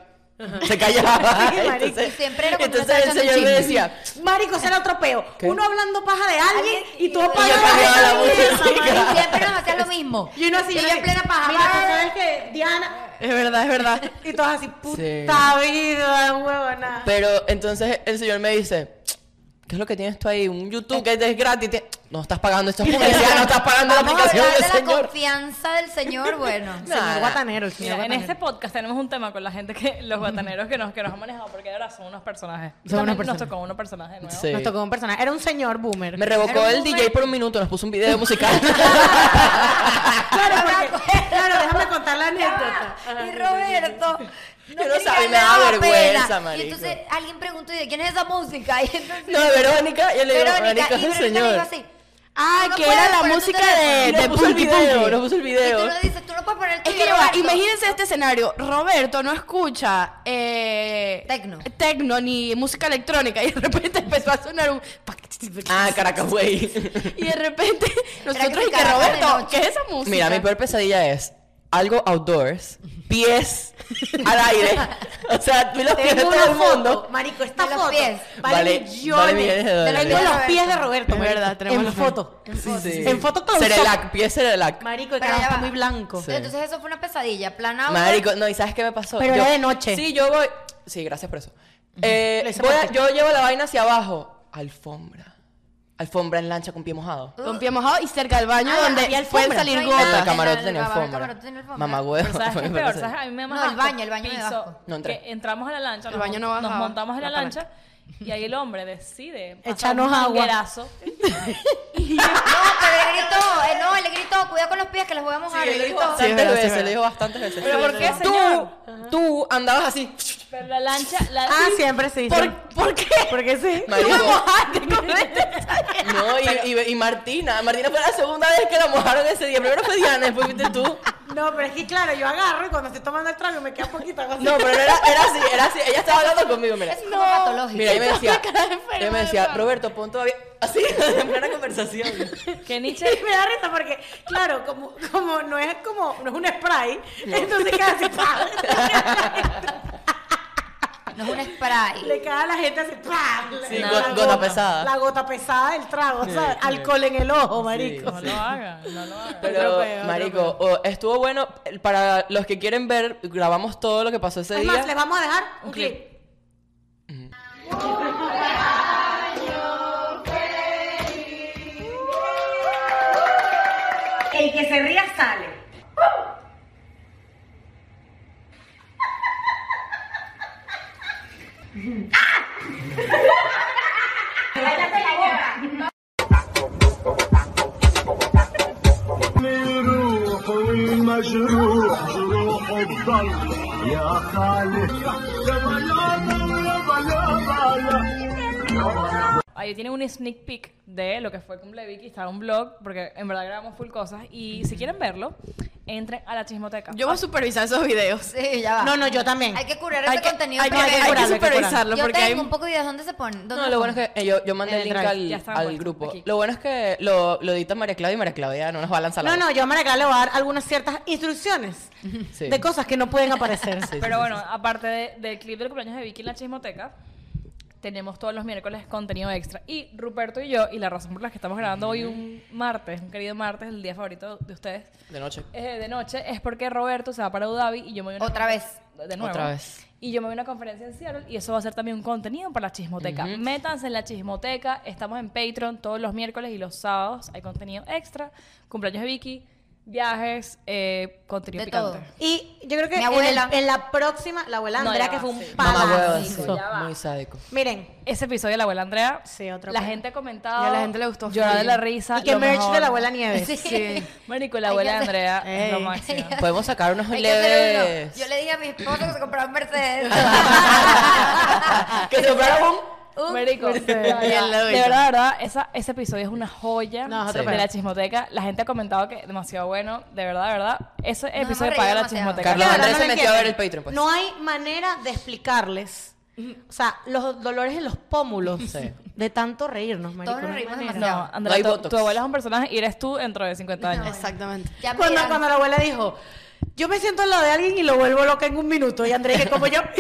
D: Se callaba.
A: Sí, marico,
D: entonces,
E: siempre era como una
D: entonces el
E: salsa de
D: señor me
E: chisme.
D: decía,
A: Marico, ese era otro peo.
D: ¿Qué?
A: Uno hablando paja de alguien y tú
E: Y yo
A: apagando
D: cambiaba la música.
E: Y siempre nos hacía lo mismo.
A: Y uno así,
E: yo en plena paja.
A: Mira, tú sabes que Diana...
B: Es verdad, es verdad.
A: Y todos así, puta vida, huevona.
D: pero entonces el señor me dice, ¿qué es lo que tienes tú ahí? Un YouTube que es gratis. Te- No estás pagando esto, es publicidad, no estás pagando la
E: Vamos a
D: aplicación
E: hablar
D: del
E: de la
D: señor.
E: confianza del señor, bueno.
A: Señor guatanero, el señor
C: Mira, en
A: guatanero.
C: este podcast tenemos un tema con la gente que los guataneros que nos, que nos han manejado, porque ahora son unos personajes.
A: Son unos
C: También
A: personajes.
C: Nos tocó unos personajes nuevos.
D: Sí.
A: Nos tocó un personaje. Era un señor boomer.
D: Me revocó
E: Era un
D: el
E: boomer.
D: DJ por un minuto, nos puso un video musical.
A: Claro, porque- claro, déjame contar la anécdota.
E: Y Roberto.
D: Yo no
E: quería
D: sabía, me daba
E: nada,
D: vergüenza,
E: pena. Y
D: marico.
E: entonces alguien preguntó, ¿y de quién es esa música? Y entonces,
D: No, Verónica, yo le digo, Verónica,
E: y
D: es el
E: Verónica le dijo
D: señor.
E: así.
B: Ah,
E: tú no
B: que
E: puedes
B: era la
E: poner tu
B: música de,
E: teléfono.
D: Y
B: de
D: nos puso el
B: Punky
D: video,
B: Punky.
D: nos puso el
E: Y tú
D: video.
E: no dices, tú no puedes poner el
B: Es
E: tuyo,
B: que ya va,
E: Roberto.
B: imagínense este escenario. Roberto no escucha eh,
E: Tecno.
B: tecno ni música electrónica y de repente empezó a sonar un
D: Ah, Caracas, güey.
B: y de repente nosotros
E: se
B: y que
E: cagaron de
B: Roberto,
E: noche.
B: ¿qué es esa música?
D: Mira, mi peor pesadilla es algo outdoors, pies al aire. O sea, vi los pies de
A: Tengo
D: todo el
A: una
D: mundo.
A: foto, marico, esta
E: De los
A: foto
E: pies.
A: vale,
D: Vale-
A: millones.
D: vale millones de dólares.
A: Tengo los pies de Roberto,
B: Es
A: marico,
B: verdad, tenemos
A: en
B: los pies.
A: foto.
D: Sí, sí.
A: En foto todo
D: Cerelac, pies Cerelac.
A: Marico, el
E: Pero
A: carajo
E: ya
A: está
E: va.
A: muy blanco.
D: Sí.
E: Entonces eso fue una pesadilla, planado.
D: Marico, no, ¿y sabes qué me pasó?
A: Pero
D: Yo-
A: era de noche.
D: Sí, yo voy... Sí, gracias por eso. Eh,
A: Lo hice
D: voy a-
A: por ti.
D: yo llevo la vaina hacia abajo. Alfombra. Alfombra en lancha con pie mojado.
B: Con pie mojado y cerca del baño
A: Ah, había
B: donde pueden
A: alfombra.
B: salir
E: No hay
D: Pero
E: nada.
B: gotas.
D: el camarote
E: el
D: tenía
E: camarote- el
D: alfombra.
E: camarote tenía alfombor.
D: Mamá huevo.
C: Pero ¿sabes qué es
D: me
C: peor?
D: parece.
C: ¿Sabes? A mí me
E: No,
C: baja
E: el baño, el baño de
C: piso,
E: abajo.
D: No entré.
C: que entramos a la lancha,
B: El
C: nos
B: baño no
C: mon- nos
B: bajaba,
C: montamos en la,
B: la palanca.
C: lancha y ahí el hombre decide
A: Echarnos agua.
C: manguerazo.
E: No, pero le gritó, eh, no, le gritó, cuidado con los pies que los voy a mojar. le gritó.
B: Sí, es
D: bastantes
B: verdad, sí, es
D: veces,
B: verdad.
D: le dijo bastantes veces.
C: Pero ¿por qué, señor?
D: Tú, tú andabas así.
C: Pero la lancha, la,
A: Ah, siempre se dice.
B: ¿Por, ¿Por qué?
A: Porque sí.
D: Marico.
A: Tú me mojaste con este-
D: No, y, y, y Martina. Martina fue la segunda vez que la mojaron ese día. Primero fue Diana, después fuiste tú.
A: No, pero es que claro, yo agarro y cuando estoy tomando el trago me queda poquita cosa.
D: No, pero no era, era así, era así. Ella estaba hablando conmigo, mira.
E: Es como patológico.
D: Mira, ella me decía,
B: cara de enferma,
D: ella me
B: de
D: decía,
B: pana.
D: Roberto, pon todavía. Así, en plena conversación.
C: que Nietzsche
A: Y me da risa porque, claro, como, como no es como, no es un spray, entonces queda así, ¡pam!
E: No es un spray.
A: le cae a la gente así, ¡pam!
D: Sí,
A: La
D: go- gota pesada.
A: La gota pesada del trago, ¿sabes? Alcohol en el ojo, marico.
C: no lo haga, no lo haga.
D: Pero,
A: Otro peo, otro
D: marico, oh, estuvo bueno. Para los que quieren ver, grabamos todo lo que pasó ese
A: Es
D: día.
A: más, les vamos a dejar un
C: clip.
A: clip. El que se ría sale.
F: الروح والمجروح جروح الضل يا خالد يابا يابا يابا يابا يابا
C: Ahí tienen un sneak peek de lo que fue con Vicky. Está un blog, porque en verdad grabamos full cosas. Y si quieren verlo, entren a la chismoteca.
B: Yo voy a supervisar esos videos.
E: Sí, ya va.
A: No, no, yo también.
E: Hay que curar
B: Hay
E: ese
B: que,
E: contenido
B: hay que-
E: primero.
B: hay que
A: curarlo, hay que
B: supervisarlo
E: Yo
B: porque
E: tengo
B: hay...
E: un poco de videos. ¿Dónde se ponen? ¿Dónde
D: No,
E: se
D: lo
E: ponen?
D: bueno es que eh, yo, yo mandé
A: En
D: el
A: el
D: link
A: drive,
D: al,
C: ya está
D: al
C: puesto,
D: grupo.
C: aquí.
D: Lo bueno es que lo, lo edita María Claudia y María Claudia no nos va a lanzar la
A: No,
D: voz.
A: no, yo a Maracá le voy a dar algunas ciertas instrucciones
D: Sí.
A: de cosas que no pueden aparecer.
D: Sí, sí,
C: Pero
D: sí,
C: bueno, aparte de- del clip del cumpleaños de Vicky en la chismoteca, tenemos todos los miércoles contenido extra. Y Ruperto y yo, y la razón por la que estamos grabando hoy un martes, un querido martes, el día favorito de ustedes,
D: sí. De noche.
C: eh, de noche, es porque Roberto se va para Abu Dhabi y yo me voy a una
E: Otra vez.
C: De nuevo.
D: Otra vez.
C: Y yo me voy a una conferencia en Seattle y eso va a ser también un contenido para la chismoteca. Métanse en la chismoteca. Estamos en Patreon todos los miércoles y los sábados. Hay contenido extra. Cumpleaños de Vicky, viajes, eh, contenido
E: De
C: picante.
E: todo.
A: Y yo creo que
E: Mi
A: en el-
E: abuela.
A: En, la próxima, la abuela
C: No,
A: Andrea,
C: ya
A: que
C: va,
A: fue un
C: sí.
D: Mamá huevo,
A: palazo.
C: ya va.
D: muy sádico.
A: Miren,
C: Ese episodio de la abuela Andrea.
A: Sí, otro
C: La
A: pedo.
C: gente ha comentado.
B: Y a la gente le gustó
C: Llorar de
B: full.
C: la risa.
A: y que
C: lo
A: merch
C: mejor.
A: de la abuela
D: Pues
A: Nieves.
E: Sí.
C: Marico, la
E: Hay
C: abuela
E: que hacer-
C: Andrea es lo
A: Ey.
C: máximo.
D: Podemos sacar unos
E: Hay que hacer uno.
D: leves.
E: Yo le dije a mi esposo que se comprara un Mercedes.
D: que se compraron un.
E: Un-
C: Marico, de verdad,
B: Y el lobito.
C: de verdad, verdad, esa- ese episodio es una joya
A: No, es
D: otro
C: de
D: pedo.
C: la chismoteca. La gente ha comentado que demasiado bueno, de verdad, de verdad. Ese
E: hemos
C: episodio
E: reído
C: paga la
E: demasiado.
C: chismoteca.
D: Carlos
A: Claro,
D: Andrés
A: no
D: se
A: lo
D: metió a ver el
A: entiendo.
D: Patreon, pues.
A: No hay manera de explicarles. O sea, los dolores en los pómulos
D: Sí.
A: de tanto reírnos, marico.
E: Todos
A: no
E: nos
A: hay
E: reímos
A: manera.
E: demasiado.
C: No,
D: No hay
C: Andrea, tu- tu,
D: botox.
C: abuela es un personaje y eres tú dentro de 50 años.
B: Exactamente.
E: Ya me
A: Cuando,
E: dirán.
A: cuando la abuela dijo, yo me siento al lado de alguien y lo vuelvo loca en un minuto. Y Andrés, que como yo.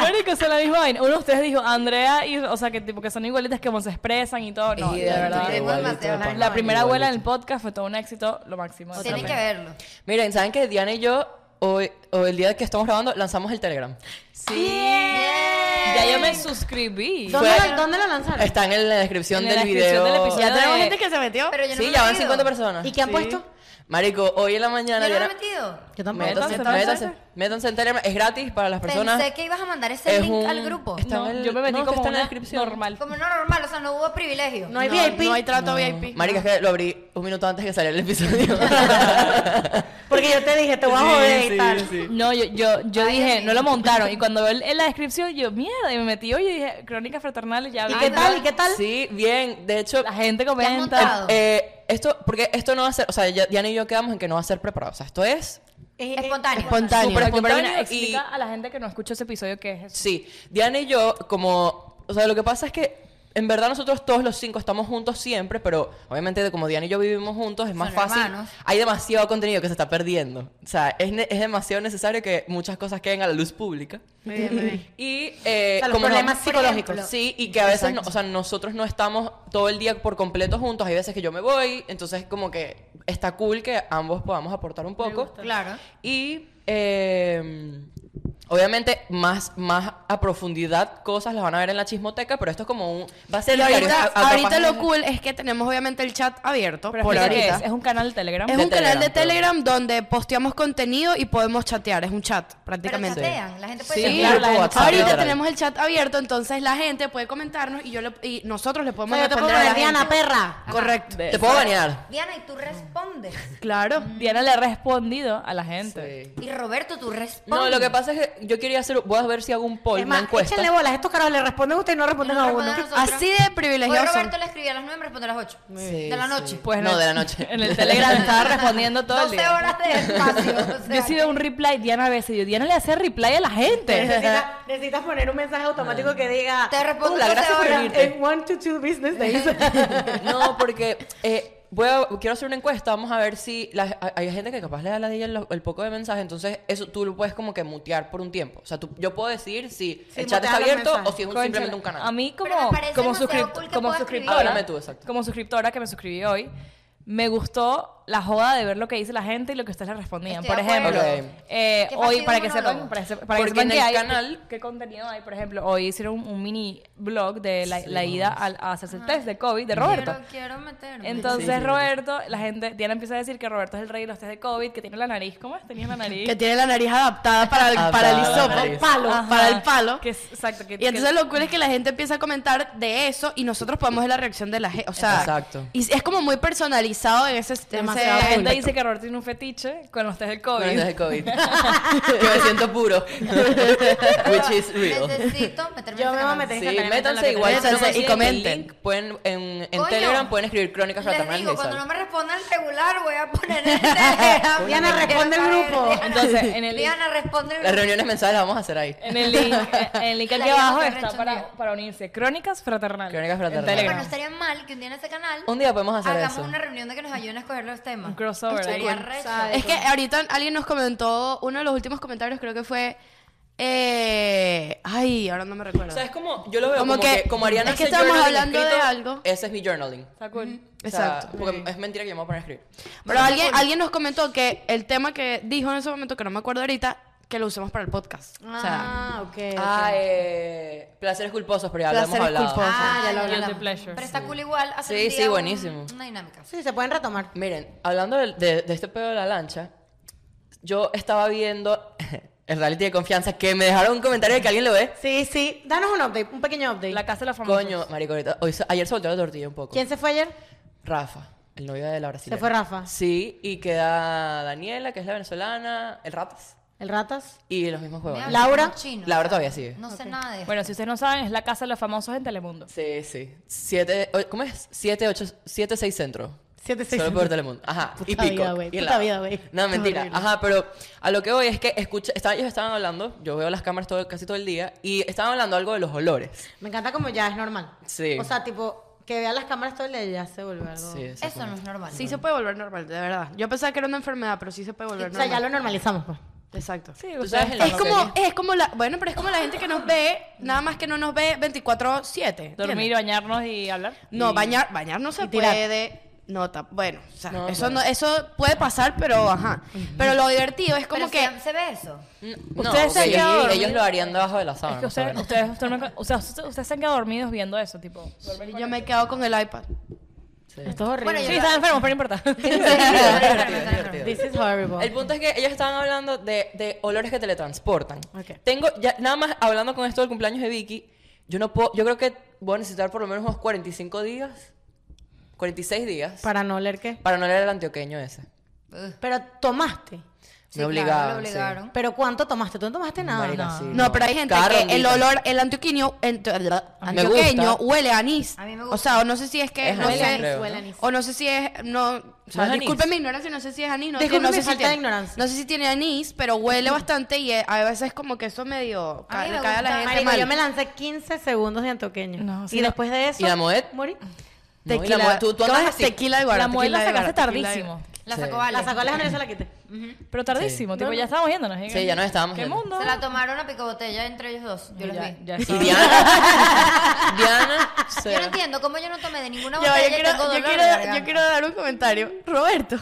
C: Marico, es la misma vaina. Uno de ustedes dijo, Andrea, y, o sea, que tipo que son igualitas que como se expresan y todo. No,
D: Y
C: de verdad.
E: Igualito, demasiado.
D: pana.
C: La primera
D: Igualito.
C: abuela en el podcast fue todo un éxito, lo máximo.
E: Tienen
C: También.
E: que verlo.
D: Miren, ¿saben que Diana y yo, hoy, o el día que estamos grabando, lanzamos el Telegram?
C: Ya yo me suscribí.
A: ¿Dónde,
D: Fue-
A: lo- dónde lo lanzaron?
D: Está en la descripción
C: En la
D: del
C: descripción del
D: video.
C: episodio.
B: Ya tenemos
C: de-
B: gente que se metió.
E: Pero yo no
D: sí,
E: me
D: ya
E: he
D: van
E: metido.
D: 50 personas.
A: ¿Y qué han puesto?
D: Marico, hoy en la
E: Yo
D: mañana
E: no me he
D: Diana-
E: metido.
A: Yo tampoco.
D: Métanse,
C: ¿Entonces,
D: métanse, métanse en Telegram, es gratis para las personas.
E: Pensé que ibas a mandar ese
D: Es
E: link
D: un-
E: al grupo.
D: está
C: No,
D: en el-
C: yo me metí
D: no, que
C: como
D: está en la
C: una
D: descripción.
C: normal.
E: Como no normal, o sea, no hubo privilegio.
A: No hay
B: No,
A: VIP.
B: No hay trato VIP.
D: Marica, es que lo abrí un minuto antes que saliera el episodio.
A: Porque yo te dije, te voy a joder y tal.
C: No, yo, yo, yo
E: Ay,
C: dije,
E: amigo.
C: no lo montaron. Y cuando veo el- en la descripción, yo, mierda, y me metí hoy y dije, Crónicas Fraternales, ya
A: ¿Y
C: vi.
A: qué tal? ¿Y qué tal?
D: Sí, bien. De hecho,
C: La gente
E: ¿Te has
C: comenta.
E: montado?
D: eh, esto, porque esto no va a ser, o sea, ya- Diana y yo quedamos en que no va a ser preparado. O sea, esto es
A: Eh, eh,
E: Espontáneo.
B: Espontáneo.
D: súper
C: Pero
D: espontáneo
C: Carolina,
D: y-
C: explica a la gente que no escuchó ese episodio qué es eso.
D: Sí, Diana y yo, como, o sea, lo que pasa es que en verdad nosotros todos los cinco estamos juntos siempre, pero obviamente de como Diana y yo vivimos juntos es más
E: Son
D: fácil.
E: hermanos.
D: Hay demasiado contenido que se está perdiendo. O sea, es, ne- es demasiado necesario que muchas cosas queden a la luz pública.
A: Muy bien, muy bien.
D: Y
A: O
D: eh,
A: sea, los
D: como
A: problemas
D: nos-
A: psicológicos.
D: Sí, y que a veces, no- o sea, nosotros no estamos todo el día por completo juntos. Hay veces que yo me voy, entonces como que está cool que ambos podamos aportar un poco.
E: Claro.
D: Y eh, Obviamente, más, más a profundidad cosas las van a ver en la chismoteca, pero esto es como un... Va a ser
B: Y
D: diario,
B: ahorita,
D: a- a-
B: ahorita
D: capaz-
B: lo cool es que tenemos obviamente el chat abierto
C: Pero
B: por
C: explica qué
B: ahorita.
C: Es, es un canal de Telegram.
B: Es
D: De
B: un canal de
D: Telegram,
B: Telegram
D: pero-
B: donde posteamos contenido y podemos chatear. Es un chat,
E: Pero
B: prácticamente.
E: chatean, la gente puede
B: Sí,
E: chatear.
D: claro, la gente chatea.
B: ahorita
D: Literal.
B: tenemos el chat abierto, entonces la gente puede comentarnos y yo le- y nosotros le
A: O
B: podemos
A: sea, yo te puedo
B: responder a
A: poner
B: la
A: Diana,
B: gente.
A: perra.
B: Correcto.
D: Te puedo banear.
E: Diana, y tú respondes.
B: Claro.
C: Mm. Diana le ha respondido a la gente.
E: Y Roberto, tú respondes.
D: No, lo que pasa es que yo quería hacer... Voy a ver si hago un poll,
A: Es
D: una
A: más,
D: encuesta.
A: échenle bolas. Estos caras le responden a usted y no responden a uno.
B: Así de
E: Hoy
B: privilegiados son.
E: Roberto le escribí a las 9 y me respondió a las 8
D: Sí,
E: de la
D: sí.
E: noche.
C: Pues
D: No,
C: en el-
D: de la noche.
C: En el Telegram estaba respondiendo todo el
E: 12
C: día.
E: horas de espacio. o sea,
C: Yo sí veo un reply, Diana a veces, yo, Diana le hace reply a la gente.
A: Necesitas, necesitas poner un mensaje automático que diga...
E: Te respondo
A: "Hola,
E: 12
A: gracias por
E: horas".
A: venirte. En one to two business days.
D: No, porque eh, voy a- quiero hacer una encuesta. Vamos a ver si la- hay- hay gente que capaz le da la dilla el, el poco de mensaje. Entonces, eso tú lo puedes como que mutear por un tiempo. O sea, tú- yo puedo decir si
A: Sí,
D: el chat
A: mutear
D: está
A: los
D: abierto o
A: mensajes.
D: si es un-
C: Cónchale,
D: simplemente un canal.
C: A mí como,
E: Pero me parece
C: como,
E: demasiado
C: suscript-
E: cool que
C: como
E: puedas
C: suscriptora,
D: Háblame tú, exacto.
C: como suscriptora que me suscribí hoy, me gustó la joda de ver lo que dice la gente y lo que ustedes le respondían.
E: Estoy
C: por
E: de acuerdo.
C: ejemplo,
D: Ok.
C: eh,
E: Qué
C: hoy
E: fácil
C: para
E: un
C: que
E: monólogo.
C: sepan, para, que se- para que
D: Porque
C: sepan
D: en
C: que
D: el
C: hay,
D: canal-
C: qué, qué contenido hay. Por ejemplo, hoy hicieron un, un mini blog de la, la ida al- a hacerse
E: Ah.
C: el test de COVID de Roberto.
E: Quiero, quiero meterme.
C: Entonces
D: Sí, sí.
C: Roberto, la gente, Diana empieza a decir que Roberto es el rey de los test de COVID, que tiene la nariz, ¿cómo es? Tenía la nariz.
B: Que tiene la nariz adaptada para el, para el
D: Adaptada a la
B: hisopo,
D: nariz.
B: palo,
C: Ajá.
B: para el palo.
C: Que es- exacto. Que,
B: Y entonces lo cool es que la gente empieza a comentar de eso y nosotros podemos ver la reacción de la gente. O sea,
D: Exacto.
B: Y es como muy personalizado en ese
A: Demasiado
C: la
B: ese-
C: gente dice que Roberto tiene un fetiche con los test del
D: Con el
C: COVID.
D: de COVID. que me siento puro. Which is real.
E: Necesito meterme
A: Yo
E: en
A: me voy a
E: ese canal.
A: meter.
D: Sí,
A: Métanse
D: métanse
A: en la
D: igual.
B: que tenemos.
D: si no
B: Métanse y
D: consiguen el
B: comenten.
D: link, pueden, en, en
E: Coño,
D: Telegram pueden escribir crónicas
E: Les
D: fraternales.
E: digo, cuando no
D: ¿sabes?
E: me respondan regular, voy a poner el Telegram.
A: Diana, responde el grupo.
C: Entonces, en el,
E: Diana, responde el
D: Las
E: grupo.
D: reuniones mensuales las vamos a hacer ahí.
C: en el link, eh, en el link aquí
E: La Diana
C: abajo
E: se
C: está
E: arrecha un
C: para,
E: día.
C: para unirse. Crónicas Fraternales.
D: Crónicas Fraternales.
C: En
E: Pero no
C: Telegram.
E: estaría mal que un día en ese canal
D: Un día podemos hacer
E: hagamos
D: eso.
E: una reunión de que nos ayuden a escoger los temas.
C: Un crossover.
E: Estaría
C: ahí.
E: recho.
A: ¿Sabes?
B: Es que ahorita alguien nos comentó, uno de los últimos comentarios creo que fue... eh, ay, ahora no me recuerdo.
D: O sea, es como, yo lo veo
B: Como
D: como,
B: que-
D: que, como Ariana
B: es que
D: hace
B: estamos
D: journaling
B: hablando de
D: escrito,
B: algo.
D: Ese es mi journaling.
C: Está cool.
D: O sea,
B: Exacto.
D: porque es mentira que yo me voy a poner a escribir.
B: Pero alguien, alguien nos comentó que el tema que dijo en ese momento, que no me acuerdo ahorita, que lo usemos para el podcast. O sea,
A: Ah, ok. ok.
D: Ah, eh, placeres culposos, pero ya lo
B: Placeres
D: hemos hablado.
B: culposos.
E: Ah, ya lo
C: Guilty
E: hablamos.
C: pleasure.
E: Pero está cool igual hacer
D: Sí,
E: un
D: sí,
E: día un-
D: buenísimo.
E: una dinámica.
A: Sí, se pueden retomar.
D: Miren, hablando del- de, de este pedo de la lancha, yo estaba viendo el reality de confianza que me dejaron un comentario de que alguien lo ve.
A: Sí, sí. Danos un update, un pequeño update.
C: La casa de la famosa.
D: Coño, marico, ahorita, hoy se- ayer se volteó la tortilla un poco.
A: ¿Quién se fue ayer?
D: Rafa, el novio de la brasileña.
A: Se fue Rafa.
D: Sí, y queda Daniela, que es la venezolana, el Ratas,
A: ¿El Ratas?
D: y los mismos
E: Me
D: juegos.
E: hablan
A: Laura.
E: como chino.
D: Laura todavía sigue.
E: No sé nada de eso.
C: Bueno, si ustedes no saben, es la casa de los famosos en Telemundo.
D: Sí, sí. Siete, o- ¿Cómo es? Siete, ocho, siete, seis centro.
A: Siete, seis,
D: Solo
A: cinco.
D: por Telemundo. Ajá.
A: Puta
D: y pico.
A: vida, güey.
D: Y
A: Puta
D: la-
A: vida, güey.
D: No, mentira.
A: Horrible.
D: Ajá, pero a lo que voy es que escucha, está- ellos estaban hablando, yo veo las cámaras todo, casi todo el día, y estaban hablando algo de los olores.
A: Me encanta como ya es normal.
D: Sí.
A: O sea, tipo, que vean las cámaras todo el día y ya se vuelve algo.
D: Sí,
E: Eso no es normal.
B: sí se puede volver normal, de verdad. Yo pensaba que era una enfermedad, pero sí se puede volver
A: O sea,
B: normal.
A: ya lo normalizamos, pues.
B: Exacto.
C: Sí,
D: Tú
C: ustedes-
D: sabes el-
B: Es
D: Ok.
B: como, es como la, bueno, pero es como la gente que nos ve, nada más que no nos ve 24-7.
C: dormir,
B: ¿entiendes?
C: bañarnos y hablar.
B: No, bañar, bañar no se
A: y tirar.
B: puede. No, ta- bueno, o sea,
D: No,
B: eso, no, eso puede pasar, pero ajá. Pero lo divertido es como
E: Pero
B: que...
E: se- se ve eso.
D: No,
C: Ustedes se han
D: porque
C: quedado
D: ellos,
C: dormidos.
D: ellos lo harían debajo de la sábana.
C: Es que
D: no
C: ustedes,
D: saben.
C: ustedes, duermen con- o sea, ustedes, ustedes se han quedado dormidos viendo eso, tipo.
B: Yo me he quedado con el iPad.
A: Esto es horrible.
E: Bueno,
C: Sí,
E: yo-
C: están enfermos, pero no importa.
A: This is horrible.
D: El punto es que ellos estaban hablando de, de olores que teletransportan.
A: Ok.
D: Tengo, ya, nada más hablando con esto del cumpleaños de Vicky, yo no puedo, yo creo que voy a necesitar por lo menos unos 45 días, 46 días, para,
A: Para no leer qué.
D: no leer el antioqueño ese.
E: Ugh.
A: Pero tomaste.
E: Sí,
D: me
E: claro,
D: obligaron.
E: lo
D: sí.
E: obligaron.
A: Pero ¿cuánto tomaste? Tú no tomaste nada.
D: Marica,
A: No.
D: sí,
B: No, pero hay gente
D: Cada
B: que el
D: rondita.
B: olor, el antioqueño,
D: Me gusta.
B: antioqueño huele a anís.
E: A mí me
B: O
E: gusta.
B: sea, o no sé si es que
D: Es
B: no
D: anís,
B: sé,
D: creo, ¿no?
B: o no sé si es no, o sea,
D: ¿No es anís?
B: disculpen mi ignorancia, no sé si es anís, no, sé-
A: Disculpen
B: no
A: mi
B: sé si
A: falta
B: tiene-
A: de ignorancia.
B: No sé si tiene anís, pero huele bastante y eh, a veces como que eso medio
E: A
B: ca-
E: mí
B: le
E: me
B: cae a la
E: gusta.
B: gente
A: Marico,
B: mal.
A: yo me lancé 15 segundos de antoqueño.
C: No, sí,
A: y
C: no.
A: después de eso.
D: ¿Y la Moet?
A: Morí.
D: No, y la
B: Tequila,
D: Moet- tú, tú
B: ¿cómo
D: andas
B: es?
D: así.
B: tequila igual,
C: la muela
B: tequila
C: sacaste
B: igual, tequila
C: tardísimo.
E: La
D: Sí.
E: sacó Vale.
A: La sacó Alejandra y se la quité.
C: Pero tardísimo, tipo, ya estábamos yéndonos. ¿eh?
D: Sí, ya nos estábamos
C: ¿Qué
D: yendo.
C: mundo?
E: Se la tomaron a picobotella entre ellos dos. Yo los
C: Ya-
E: vi.
C: ya
D: Y
C: estaba.
D: Diana, Diana,
E: Yo
D: cero.
E: no entiendo cómo yo no tomé de ninguna
B: Ya, yo,
E: botella y
B: quiero,
E: tengo
B: yo
E: dolor de
B: quiero- yo
E: garganta.
B: quiero dar un comentario. Roberto,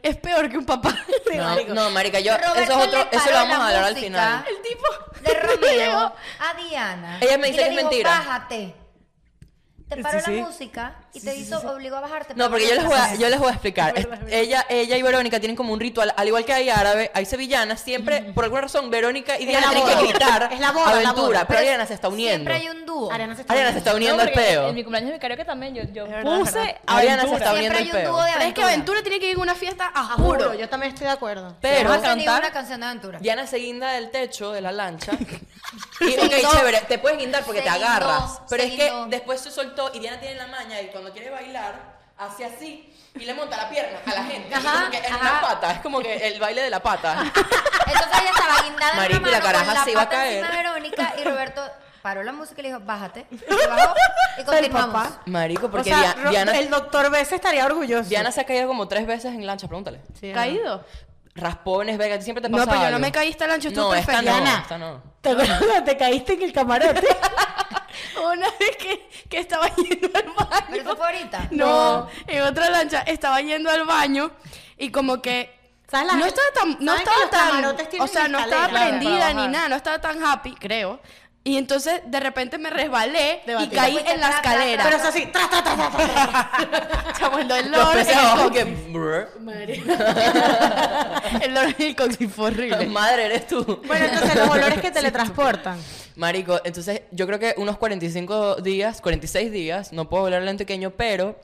B: es peor que un papá.
D: No, no, marica, yo,
E: Roberto
D: eso es otro,
E: le
D: eso
E: paró
D: lo vamos
E: la
D: a hablar al
E: música.
D: final.
B: El tipo
E: conmigo a Diana.
D: Ella me
E: y
D: dice que
E: le
D: es
E: digo,
D: mentira.
E: Bájate. Te paró
D: sí.
E: la música y te hizo, obligó a bajarte.
D: No,
E: pero
D: porque yo les voy a, yo les voy a explicar.
A: Es verdad,
D: Es-
A: es verdad.
D: Ella, ella y Verónica tienen como un ritual, al igual que hay árabe, hay sevillanas, siempre, por alguna razón, Verónica y Diana
A: la
D: tienen que
A: boda.
D: quitar
A: Es la boda, la
D: aventura,
A: boda.
D: pero Ariana se está uniendo.
E: Siempre hay un dúo.
A: Ariana se está
D: Ariana se está uniendo al
C: porque
D: peo.
C: En mi cumpleaños de karaoke también yo, yo
A: verdad, es
C: puse
A: verdad.
D: Ariana se
C: aventura.
D: está uniendo
E: Siempre
D: al
E: hay
D: peo.
E: un dúo de
B: Pero es que
E: aventura.
B: Aventura tiene que ir a una fiesta a
A: Juro,
B: juro.
A: yo también estoy de acuerdo.
D: Pero
E: Vamos a tener
C: cantar.
E: una canción de aventura.
D: Diana se guinda del techo de la lancha. Y, ok, chévere, te puedes guindar porque
E: Se
D: te
E: guindó,
D: agarras. Pero
E: se
D: es
E: guindó.
D: que después se soltó y Diana tiene la maña y cuando quiere bailar, hace así y le monta la pierna a la gente.
E: Ajá,
D: es como que es una
E: ajá.
D: pata, es como que el baile de la pata.
E: Entonces ella estaba guindada
D: Marico, y
E: en
D: la
E: una mano
D: caraja
E: con la
D: se iba a
E: pata
D: caer.
E: encima de Verónica y Roberto paró la música y le dijo, bájate. Y bajó y continuamos.
A: papá.
D: Marico, porque
A: o sea,
D: Dia-
A: Ro-
D: Diana,
A: el doctor B se estaría orgulloso.
D: Diana se ha caído como tres veces en lancha, pregúntale.
A: Sí, ajá.
B: ¿Caído?
D: Raspones, Vega, siempre te
B: No,
D: pasa
B: pero yo no
D: algo.
B: me caí esta lancha, estuvo
D: No, esta
B: perfecta.
D: no,
B: Diana.
D: esta no.
A: ¿Te acuerdas cuando te caíste en el camarote?
B: Una vez que, que estaba yendo al baño.
E: Pero eso fue ahorita.
B: No, en otra lancha estaba yendo al baño y como que
A: ¿Sabes la-
B: no estaba tan no
A: ¿sabes que
B: estaba
A: los camarotes
B: tan
A: tienen
B: o sea, no estaba
A: escalera?
B: prendida
C: Claro, para
B: ni
C: bajar.
B: nada, no estaba tan happy, creo. Y entonces de repente me resbalé
A: Te
B: y
A: batiste.
B: caí
E: Fuiste
B: en la
E: atrás, atrás,
B: escalera.
A: Pero es así, tras, tras, tras, tras, tras.
B: Chamo, el
D: Los
B: dolor
D: peces
B: en el
D: abajo
B: cox-
D: que... brr,
B: el dolor en el coxis fue horrible.
D: Madre, eres tú.
A: Bueno, entonces los olores que teletransportan.
D: Marico, entonces yo creo que unos 45 días, 46 días, no puedo hablar lentequeño, pero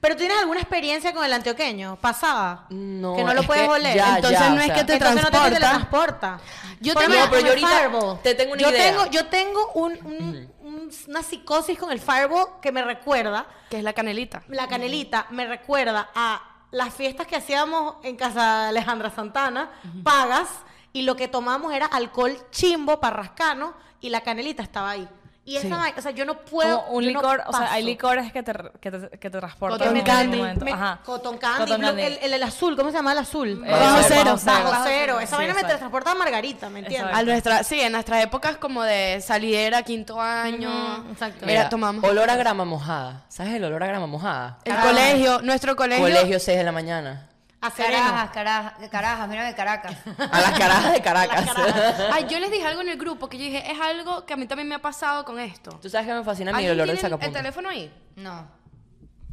A: Pero tú tienes alguna experiencia con el antioqueño, pasada,
D: No,
A: que no lo
D: es
A: puedes
D: que
A: oler.
D: ya,
B: entonces
D: ya,
B: no
D: o
B: es
D: sea,
B: que te
A: Entonces no te
B: transporta.
A: teletransporta.
B: Yo
A: Por lo
B: tengo-
A: menos
D: No, pero
A: con
D: yo
A: el
D: ahorita
A: Fireball.
D: te tengo una
A: yo
D: idea.
A: Tengo, yo tengo un- un- un- una psicosis con el Fireball que me recuerda,
B: Que es la canelita.
A: la canelita me recuerda a las fiestas que hacíamos en casa de Alejandra Santana, pagas, y lo que tomamos era alcohol chimbo, parrascano, y la canelita estaba ahí. Y esa vaina, o sea, yo no puedo.
C: Como un
A: yo no
C: licor, o sea, hay
A: paso.
C: licores que te, que te, que te transportan.
B: Cotton
C: en algún
B: candy,
C: momento.
A: Me-
C: Ajá.
A: Cotton Candy,
C: Cotton
A: blue-
C: candy.
A: El, el- el azul, ¿cómo se llama el azul?
C: Eh, Bajo
B: cero.
A: Bajo cero.
C: Bajo cero.
A: Esa
C: Sí,
A: vaina me
C: exacto.
A: transporta a Margarita, ¿me entiendes?
B: A nuestra, sí, en nuestras épocas como de salidera, quinto año.
A: Ujú, exacto.
B: Mira,
D: Mira,
B: tomamos.
D: olor a grama mojada. ¿Sabes el olor a grama mojada?
B: El colegio, nuestro colegio.
D: Colegio 6 de la mañana.
A: A sereno.
E: Carajas, carajas, carajas, mira de Caracas.
D: A las carajas de Caracas.
B: Ay, Ah, yo les dije algo en el grupo que yo dije, es algo que a mí también me ha pasado con esto.
D: Tú sabes que me fascina mi
B: ¿Alguien
D: olor de
B: tiene el
D: sacapuntas.
B: teléfono ahí?
E: No.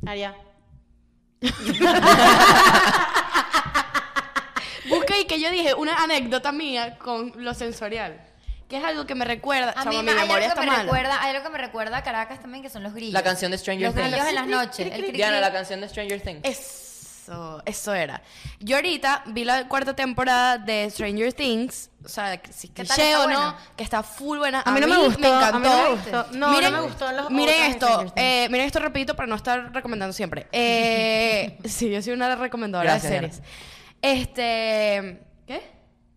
A: Allá.
B: Busca y que yo dije una anécdota mía con lo sensorial. Que es algo que me recuerda.
E: A
B: Chamo,
E: mí
B: mi
E: me- hay
B: memoria
E: algo
B: está
E: que me
B: mala.
E: recuerda, hay algo que me recuerda a Caracas también que son los grillos.
D: La canción de Stranger
E: Los
D: Things.
E: grillos en las noches. el cri-
D: Diana,
E: cri-
D: la canción de Stranger Things.
B: Eso, eso era. Yo ahorita vi la cuarta temporada de Stranger Things, o sea, que si
E: ¿Qué tal?
B: cliché
E: ¿Está
B: o no,
E: buena?
B: que está full buena.
A: A mí no me gustó, a
B: encantó.
A: mí no me gustó. No, no
B: miren,
A: me gustó los
B: miren
A: otros de
B: esto,
A: Stranger Things.
B: eh, miren esto repito para no estar recomendando siempre. Eh, sí, yo soy una recomendadora
D: Gracias,
B: de
D: Diana.
B: series. Este, ¿qué?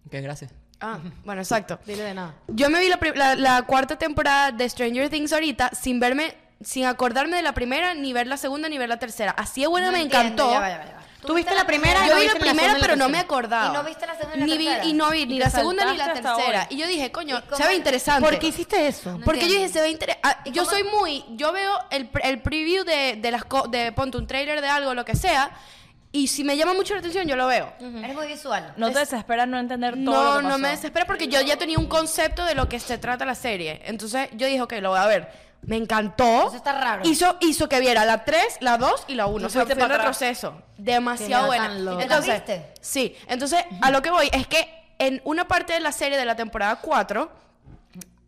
D: Ok, gracias.
B: Ah, bueno, exacto.
A: Dile de nada.
B: Yo me vi la, pri- la- la cuarta temporada de Stranger Things ahorita sin verme, sin acordarme de la primera, ni ver la segunda, ni ver la tercera. Así de buena
E: No
B: me
E: entiendo,
B: encantó.
E: ya va, ya va, ya va.
A: Tú viste la primera y
B: Yo
A: no
B: vi la
A: viste ni la
B: primera,
A: segunda ni la
B: pero no me
A: tercera.
B: acordaba.
E: ¿Y no viste la segunda ni la
B: Ni vi-
E: tercera?
B: y no vi
C: Y
B: ni
C: te
B: la segunda ni la
C: saltaste hasta
B: tercera.
C: hoy.
B: Y yo dije, coño,
E: ¿Y cómo
B: se ve
E: es?
B: interesante.
A: ¿Por qué hiciste eso?
E: No
B: Porque yo
E: entiendo.
B: dije, se ve interesante.
E: ¿Y
B: Yo
E: cómo-
B: soy muy. Yo veo el, pre- el preview de, de las. co- de ponte un trailer de algo, lo que sea. Y si me llama mucho la atención, yo lo veo.
E: Eres muy visual.
C: No te desesperas no entender todo lo
B: No,
C: que
B: no me
C: pasó.
B: desespera porque yo ya tenía un concepto de lo que se trata la serie. Entonces yo dije, ok, lo voy a ver. Me encantó.
E: Eso está raro.
B: Hizo, hizo que viera la 3, la 2 y la 1.
C: Y
B: o sea,
C: fuiste
B: fue un
C: para atrás.
B: retroceso. Demasiado
A: Que nada
B: buena.
A: tan loca.
E: ¿Y te la viste?
B: sí. Entonces, a lo que voy es que en una parte de la serie de la temporada 4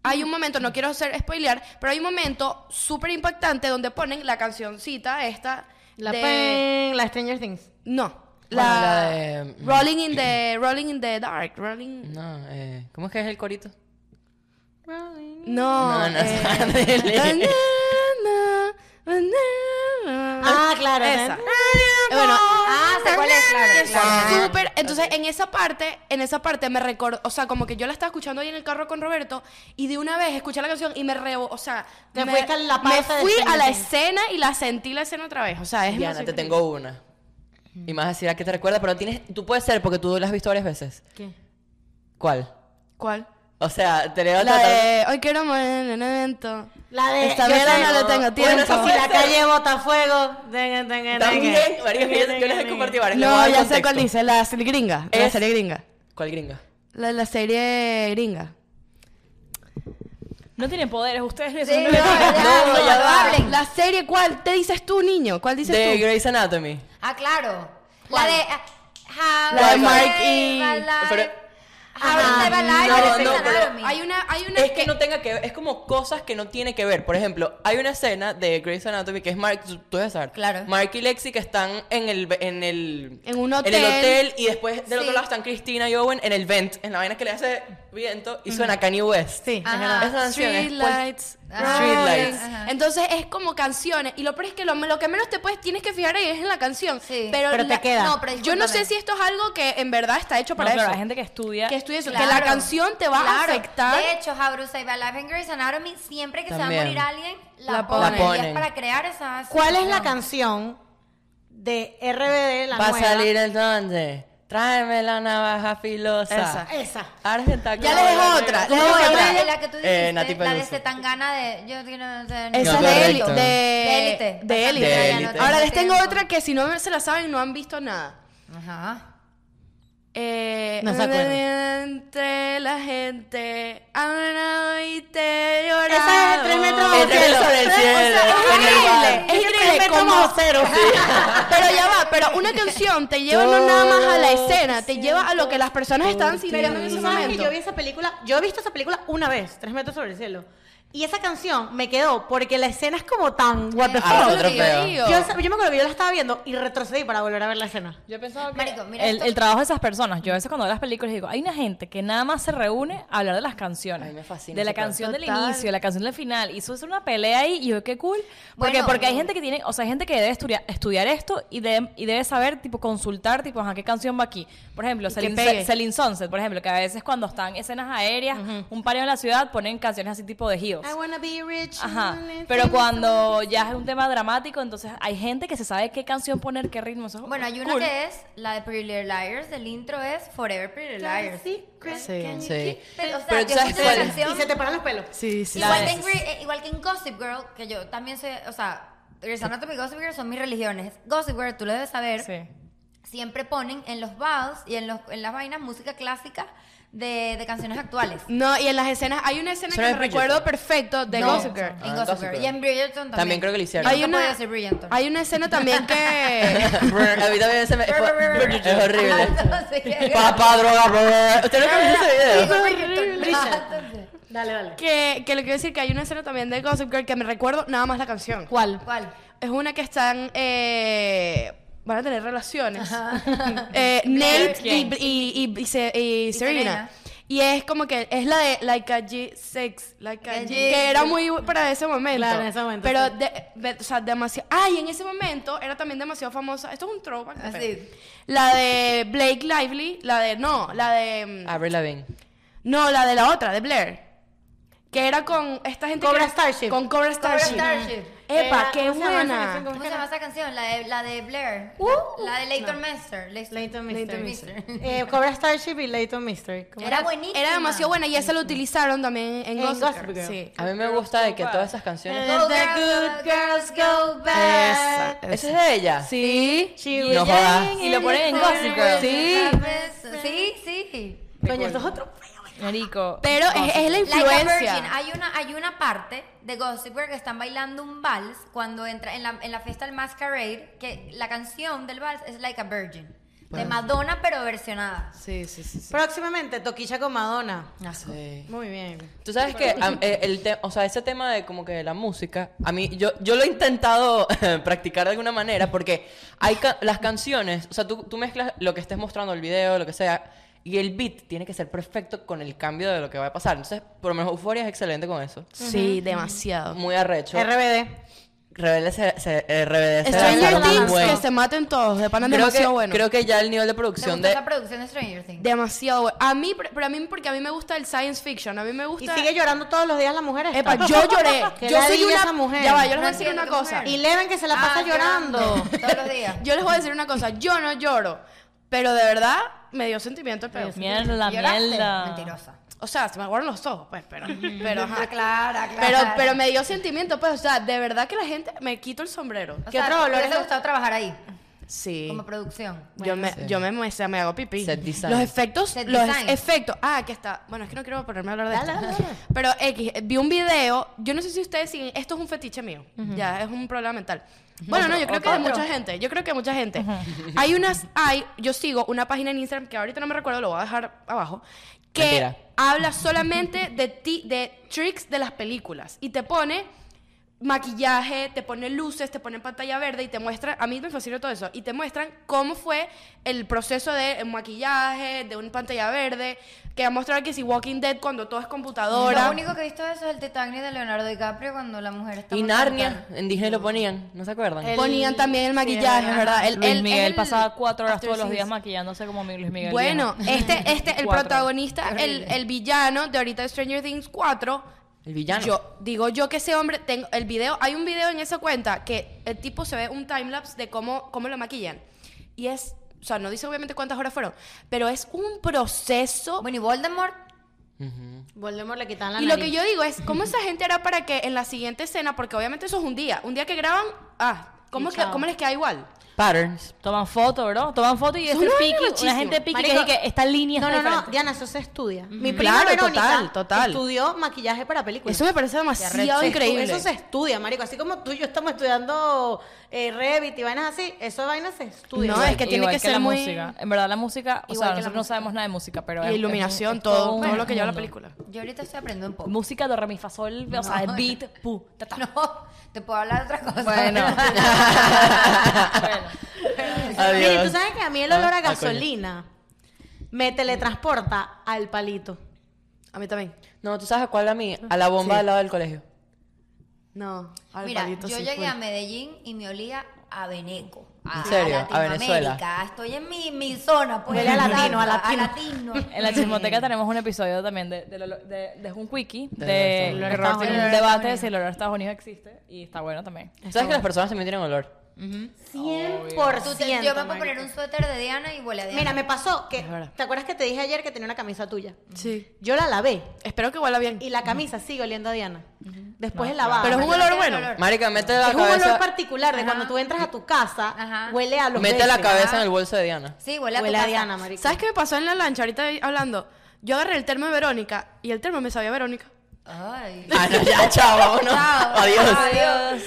B: hay un momento, no quiero hacer spoilear, pero hay un momento súper impactante donde ponen la cancioncita esta
A: La
B: de-
A: pen, la Stranger Things.
B: no.
D: Bueno,
B: La,
D: la de-
B: Rolling in the Rolling in the Dark, Rolling
D: No, eh, ¿cómo es que es el corito?
B: No,
D: No, no,
B: eh,
D: ándale.
B: banana, banana.
A: Ah, claro.
B: Esa.
A: ¿eh?
B: Eh, Bueno,
E: Ah, sé cuál es, claro,
B: que es
E: claro.
B: súper- Entonces, en esa parte, en esa parte me recuerdo, o sea, como que yo la estaba escuchando ahí en el carro con Roberto y de una vez escuché la canción y me rebo, o sea,
A: Te
B: me,
A: fuiste a la
B: me
A: parte de
B: fui a
A: Stranger
B: la
A: Things.
B: escena y la sentí la escena otra vez, o sea, es
D: Diana, te
B: música.
D: tengo una. Y más decir a qué te recuerda, pero tienes, tú puedes ser porque tú la has visto varias veces.
A: ¿Qué?
D: ¿Cuál?
B: ¿Cuál?
D: O sea, te le voy a
B: La
D: tratar-
B: de hoy quiero morir en un evento.
A: La de
B: Esta
A: yo
B: vez
A: sé-
B: no le tengo tiempo.
D: esa
A: Si
D: puede
A: la
D: ser.
A: calle bota fuego. Tenga, tenga,
D: También,
A: tenga.
D: María, yo, yo les he compartido varias. les voy a
B: no,
D: dar
B: ya sé
D: contexto.
B: cuál dice, la serie gringa, la
D: Es-
B: serie gringa.
D: ¿Cuál gringa?
B: La, la serie gringa.
C: No tienen poderes, ustedes les
E: Sí,
C: son-
E: no, ya,
D: No,
E: no,
D: ya
E: no
D: va.
E: hablen.
B: La serie, ¿cuál te dices tú, niño? ¿Cuál dices
D: De
B: tú?
D: Grey's Anatomy.
E: Ah, claro. La de. ah, How
B: La de
E: I
B: Mark
E: Save
B: y- ah,
E: a Life.
D: pero-
E: How I Save a Life,
D: no,
E: Grey's
D: no, pero-
E: Anatomy.
B: Hay una, hay una
D: Es que no tenga que ver, es como cosas que no tiene que ver. Por ejemplo, hay una escena de Grey's Anatomy que es Mark, tú- tú debes saber.
E: Claro.
D: Mark y Lexi que están en el en el
B: En un
D: el
B: hotel.
D: hotel, y después del otro
E: Sí.
D: lado están Cristina y Owen en el vent, en la vaina que le hace viento y suena Kanye West.
A: Sí,
E: Ajá.
A: es
D: Esa
A: verdad.
D: canción
B: pues.
D: es pues, cual-
B: Streetlights.
E: Ajá.
D: Streetlights.
E: Ajá.
B: Entonces es como canciones. Y lo peor es que lo, lo que menos te puedes, tienes que fijar ahí es en la canción.
E: Sí.
B: Pero,
A: Pero te
B: la-
A: queda.
E: No, pero
B: yo no sé
E: discúlpame.
B: si esto es algo que en verdad está hecho
C: No,
B: para
C: claro,
B: eso.
C: hay gente que estudia.
B: que estudie eso. Que la
E: Claro.
B: canción te va
E: Claro.
B: a afectar.
E: De hecho, How to Save a Life en Grey's Anatomy, siempre que se va
D: También.
E: a morir alguien, la,
B: La
E: ponen. Y es
D: ponen.
E: para crear esa.
A: ¿Cuál es la
E: situación.
A: canción de RBD, la
D: Va a
A: nueva?
D: salir el donde. Tráeme la navaja filosa.
A: Esa.
D: Argenta
B: Ya les dejo
D: Cola,
B: otra,
D: negra.
B: les
E: No,
B: dejo
E: la,
B: otra.
E: la- la que tú dijiste,
D: Eh, Nati
E: la de
D: Peluso.
E: Setangana de. Yo no sé.
B: Esa
D: No,
B: es de élite.
D: correcto.
E: De
B: De
E: élite.
B: de élite.
D: De élite.
B: Ahora les tengo
E: Tiempo.
B: otra que si no se la saben no han visto nada.
E: Ajá.
B: Eh,
A: No se acuerdan.
B: Entre la gente, ahora y te lloraba.
A: Esa es el tres metros bajo
D: El cielo. sobre el cielo.
B: Es
D: en el bar.
B: increíble, es increíble como
A: cero.
B: Pero ya va, pero una canción te lleva no nada más a la escena, te lleva a lo que las personas estaban sintiendo en ese
A: Tú sabes que
B: momento.
A: yo vi esa película, yo he visto esa película una vez, Tres metros sobre el cielo. Y esa canción me quedó porque la escena es como tan what the
E: Ah,
A: fuck.
D: Ah,
E: Eso
D: otro
E: es lo que yo
D: peo.
A: Yo, yo me acuerdo que yo la estaba viendo y retrocedí para volver a ver la escena.
C: Yo pensaba que
E: Marico, mira
C: el,
E: esto.
C: el trabajo de esas personas. Yo a veces cuando veo las películas digo, hay una gente que nada más se reúne a hablar de las canciones.
D: Ay, me fascina
C: De la
D: ese pedo.
C: canción del
B: Total.
C: inicio, de la canción del final. Y eso es una pelea ahí y yo, qué cool. Porque,
E: Bueno. eh,
C: porque hay gente que tiene, o sea, hay gente que debe estudiar, estudiar esto y, de- y debe saber, tipo, consultar, tipo, ajá, qué canción va aquí. Por ejemplo, Celine,
B: pegue.
C: Celine Sunset, por ejemplo, que a veces cuando están escenas aéreas, un pareo en la ciudad, ponen canciones así tipo de Heels.
A: I wanna be rich.
C: Ajá, pero cuando ya es un tema dramático, entonces hay gente que se sabe qué canción poner, qué ritmo. Eso,
E: Bueno, hay una
C: cool.
E: que es la de Pretty Little Liars. El intro es Forever Pretty Little Liars.
A: Sí,
D: Sí. Sí.
E: Pero, o sea,
D: Pero
E: yo
D: tú sabes
E: escucho
D: cuál-
E: esa canción-
A: Y se te paran los pelos.
B: Sí, sí.
E: Igual que, en, Gre- eh, igual que en Gossip Girl, que yo también soy, o sea, Grey's Anatomy y Gossip Girl son mis religiones. Gossip Girl, tú lo debes saber,
C: Sí.
E: siempre ponen en los vals y en, los, en las vainas música clásica de, de canciones actuales.
B: No, y en las escenas, hay una escena que
D: Solo
B: me
D: en Bridgerton.
B: recuerdo perfecto de
E: No,
B: Gossip Girl.
E: En
D: Ah, en
E: Gossip,
D: Gossip
E: Girl.
D: Girl.
E: Y en Bridgerton también.
D: También creo que lo hicieron.
E: Yo
B: Hay
E: nunca
B: una-
E: he podido ser Bridgerton.
B: Hay una escena también que...
D: Brr, a mí también se me.
E: Brr, brr, brr, brr.
D: fue- Es horrible.
E: Ah, entonces-
D: Papá, droga, brr. ¿Usted no conoce ese video?
E: Digo Bridgerton. Ah, entonces,
A: Dale, dale.
B: Que, que lo que quiero decir que hay una escena también de Gossip Girl que me recuerdo nada más la canción.
A: ¿Cuál?
E: ¿Cuál?
B: Es una que están. eh, van a tener relaciones. Eh, Nate y,
C: ¿Quién?
B: y, y- y se- y Serena.
E: Serena.
B: Y es como que es la de Like a G6, Like a
E: Like a
B: G,
E: G.
B: que era muy bu- para ese momento.
A: Claro, en ese momento,
B: Pero,
A: sí.
B: de- de- o sea, demasiado. Ay, en ese momento era también demasiado famosa. Esto es un throwback. qué
E: Así.
B: pena. La de Blake Lively, la de. No, la de. mm,
D: Avril Lavigne.
B: no, la de la otra, de Blair. Que era con esta gente. que
A: Cobra
B: era-
A: Starship.
B: Con Cobra Starship.
E: Starship.
B: Epa,
A: Era-
B: qué
A: ¿cómo se llama esa
B: buena.
A: canción? ¿Cómo
E: ¿Cómo se llama esa canción? La de, la de Blair. la de Leighton Mester.
A: Leighton
B: Leighton
A: Mystery. Eh, Cobra Starship y Leighton Mystery. ¿Cómo?
E: Era buenísima.
B: Era demasiado buena y esa la utilizaron también en,
A: En
B: Gossip
A: Gossip
B: Girl.
A: Girl.
B: Sí.
D: A mí me gusta de que todas esas canciones.
B: Eh,
E: Go girls, go girls, go back.
D: ¿Eso es de ella?
B: Sí.
A: She
D: No
A: was
D: jodas.
A: young
C: Y lo
A: and
C: ponen en
A: beautiful.
C: Gossip Girl.
B: Sí.
E: Sí, sí.
A: Coño, esto es otro
C: Marico.
B: Pero es, es la
E: Like a
B: influencia.
E: Virgin. Hay una, hay una parte de Gossip Girl que están bailando un vals cuando entra en la, en la fiesta del Masquerade, que la canción del vals es Like a Virgin. De Madonna, pero versionada.
B: Sí, sí, sí. sí.
A: Próximamente, Toquilla con Madonna.
D: Sí.
A: Muy bien.
D: Tú sabes que am, eh, el te- o sea, ese tema de como que de la música, a mí yo, yo lo he intentado practicar de alguna manera porque hay ca- las canciones, o sea, tú, tú mezclas lo que estés mostrando el video, lo que sea, y el beat tiene que ser perfecto con el cambio de lo que va a pasar. Entonces, por lo menos Euphoria es excelente con eso.
B: Sí, demasiado.
D: Muy arrecho.
A: RBD.
D: Rebelde se, se- eh, Rebelde se
B: Stranger
D: lanzaron
B: Things,
D: muy
B: que
D: bueno.
B: se maten todos, de pana
D: creo que,
B: demasiado bueno.
D: creo que ya el nivel de
E: ¿Te
D: producción
E: gustó
D: de
E: la producción de Stranger Things?
B: Demasiado bueno. A mí, pero pero a mí porque a mí me gusta el science fiction, a mí me
A: Y
B: gusta...
A: sigue llorando todos los días la mujer. esta.
B: Epa, yo lloré.
A: Qué
B: yo soy
A: ladilla
B: una
A: esa mujer.
B: Ya va, yo les voy a
E: No
B: decir una
E: entiendo qué
B: cosa.
E: mujer.
A: Y Leven que se la pasa
E: Ah,
A: llorando.
E: Todos los días.
B: Yo les voy a decir una cosa, yo no lloro, pero de verdad me dio sentimiento el pedo.
C: Mierda,
E: ¿Lloraste?
C: mierda.
E: Mentirosa.
B: O sea, se me aguaron los ojos, pues, pero, pero, ajá.
E: Aclara, aclara.
B: pero, pero me dio sentimiento, pues, o sea, de verdad que la gente me quito el sombrero.
E: O
A: ¿Qué
E: sea,
A: otro
E: ¿te
A: olor
E: hubiese
A: es-
E: gustado trabajar ahí?
B: Sí.
E: como producción.
B: yo me, yo me, me, me hago pipí.
D: Set design.
B: Los efectos,
E: Set
B: los
E: design.
B: efectos. Ah, aquí está. Bueno, es que no quiero ponerme a hablar de
A: Dale,
B: esto.
A: dale, dale.
B: Pero X, eh, vi un video, yo no sé si ustedes siguen, esto es un fetiche mío, ya es un problema mental. Bueno, no, yo creo que de mucha gente, yo creo que de mucha gente. Hay unas, hay, yo sigo una página en Instagram que ahorita no me recuerdo, lo voy a dejar abajo, que
D: Mentira.
B: habla solamente de ti, de tricks de las películas y te pone maquillaje, te pone luces, te pone pantalla verde y te muestra, a mí me fascina todo eso, y te muestran cómo fue el proceso de maquillaje, de una pantalla verde, que va a mostrar que si Walking Dead cuando todo es computadora.
E: Lo único que he visto de eso es el Titanic de Leonardo DiCaprio cuando la mujer está
D: Y
E: montada en
D: Narnia,
E: carro.
D: en Disney lo ponían, ¿no se acuerdan?
B: El- Ponían también el maquillaje,
E: ajá.
B: ¿verdad? El,
C: Ah, Luis
B: el-
C: Miguel
B: el-
C: pasaba cuatro horas
B: After
C: todos los
B: Scenes.
C: días maquillándose como mi Luis Miguel.
B: Bueno,
C: viejo.
B: este, este, el
C: Cuatro.
B: protagonista, el, el villano de ahorita de Stranger Things 4.
D: El villano.
B: Yo digo yo que ese hombre tengo el video, hay un video en esa cuenta que el tipo se ve un time lapse de cómo cómo lo maquillan. Y es, o sea, no dice obviamente cuántas horas fueron, pero es un proceso
E: Bueno, y Voldemort,
A: Voldemort le quitan la
B: y lo
A: nariz.
B: que yo digo es, ¿cómo esa gente hará para que en la siguiente escena, porque obviamente eso es un día, un día que graban, ah, ¿cómo,
C: Y
B: que-
C: chao.
B: ¿cómo les queda igual?
D: Patterns.
C: Toman foto, bro. Toman foto y este
B: una vaina
C: piqui,
B: loquísima.
C: una gente piqui que
A: Marico,
C: es que esta línea
A: No,
C: está
A: no, no,
C: diferente.
A: Diana, eso se estudia. Mi prima
B: Claro,
A: Verónica
B: total, total.
A: estudió maquillaje para películas.
B: Eso me parece demasiado
A: Se estu-
B: increíble.
A: Pues Eso se estudia, marico. Así como tú y yo estamos estudiando eh, Revit y vainas así, esas vainas se estudian.
B: No, es que tiene
C: Igual
B: que ser
C: la
B: muy-
C: música. En verdad, la música, o
B: Igual
C: sea,
B: que la
C: nosotros no
B: música.
C: sabemos nada de música, pero.
B: Y
C: es- es-
B: iluminación,
C: es
B: todo,
C: un
B: todo lo que lleva la
C: mundo.
B: película.
E: yo ahorita estoy aprendiendo un poco.
C: Música de re, mi, fa, sol, o sea,
E: No.
C: beat, pu, ta, ta.
E: No, te puedo hablar de otra cosa.
C: Bueno.
A: Mire, tú
D: Adiós.
A: sabes que a mí el olor
D: Ah,
A: a
D: ah, coño.
A: gasolina me teletransporta al palito.
B: A mí también.
D: No, ¿tú sabes a cuál a mí? A la bomba al lado del colegio.
B: No. al
E: Mira,
B: palito
E: yo
B: sí,
E: llegué
B: full.
E: a Medellín y me olía a Veneco. A,
D: ¿En serio?
E: a
D: ¿A Venezuela?
E: Latinoamérica. Estoy en mi, mi zona. Pues,
A: Huele a latino, a
E: Exacto,
A: latino.
E: latino.
C: En la chismoteca tenemos un episodio también de, de, lo- de, de Junquiki,
D: De
C: de,
D: Estados
C: de,
D: Unidos.
A: Estados
C: de-
A: Unidos.
C: un debate de si el olor a Estados Unidos existe y está bueno también.
D: ¿Sabes que las personas también tienen olor?
A: 100%.
E: Tú te- yo me puedo poner un suéter de Diana y huele a Diana.
A: Mira, me pasó que.
D: verdad.
A: ¿Te acuerdas que te dije ayer que tenía una camisa tuya?
B: Sí.
A: Yo la lavé
B: Espero que huela bien.
A: y la camisa sigue oliendo a Diana. Después de lavada.
B: Pero es un
E: Pero
B: olor
E: tiene
B: bueno.
E: olor.
D: Marica, mete la
A: Es un olor
D: cabeza.
A: particular de cuando tú entras a tu casa,
E: Ajá.
A: huele a los
D: Mete la
A: befes.
D: cabeza en el bolso de Diana.
E: Sí, huele a tu
A: Huele a
E: casa.
A: Diana, marico.
B: ¿Sabes qué me pasó en la lancha? Ahorita hablando. Yo agarré el termo de Verónica y el termo me sabía a Verónica.
E: Ay.
D: Ah, no, ya, chao, vámonos.
E: Chao.
D: Adiós.
E: Adiós.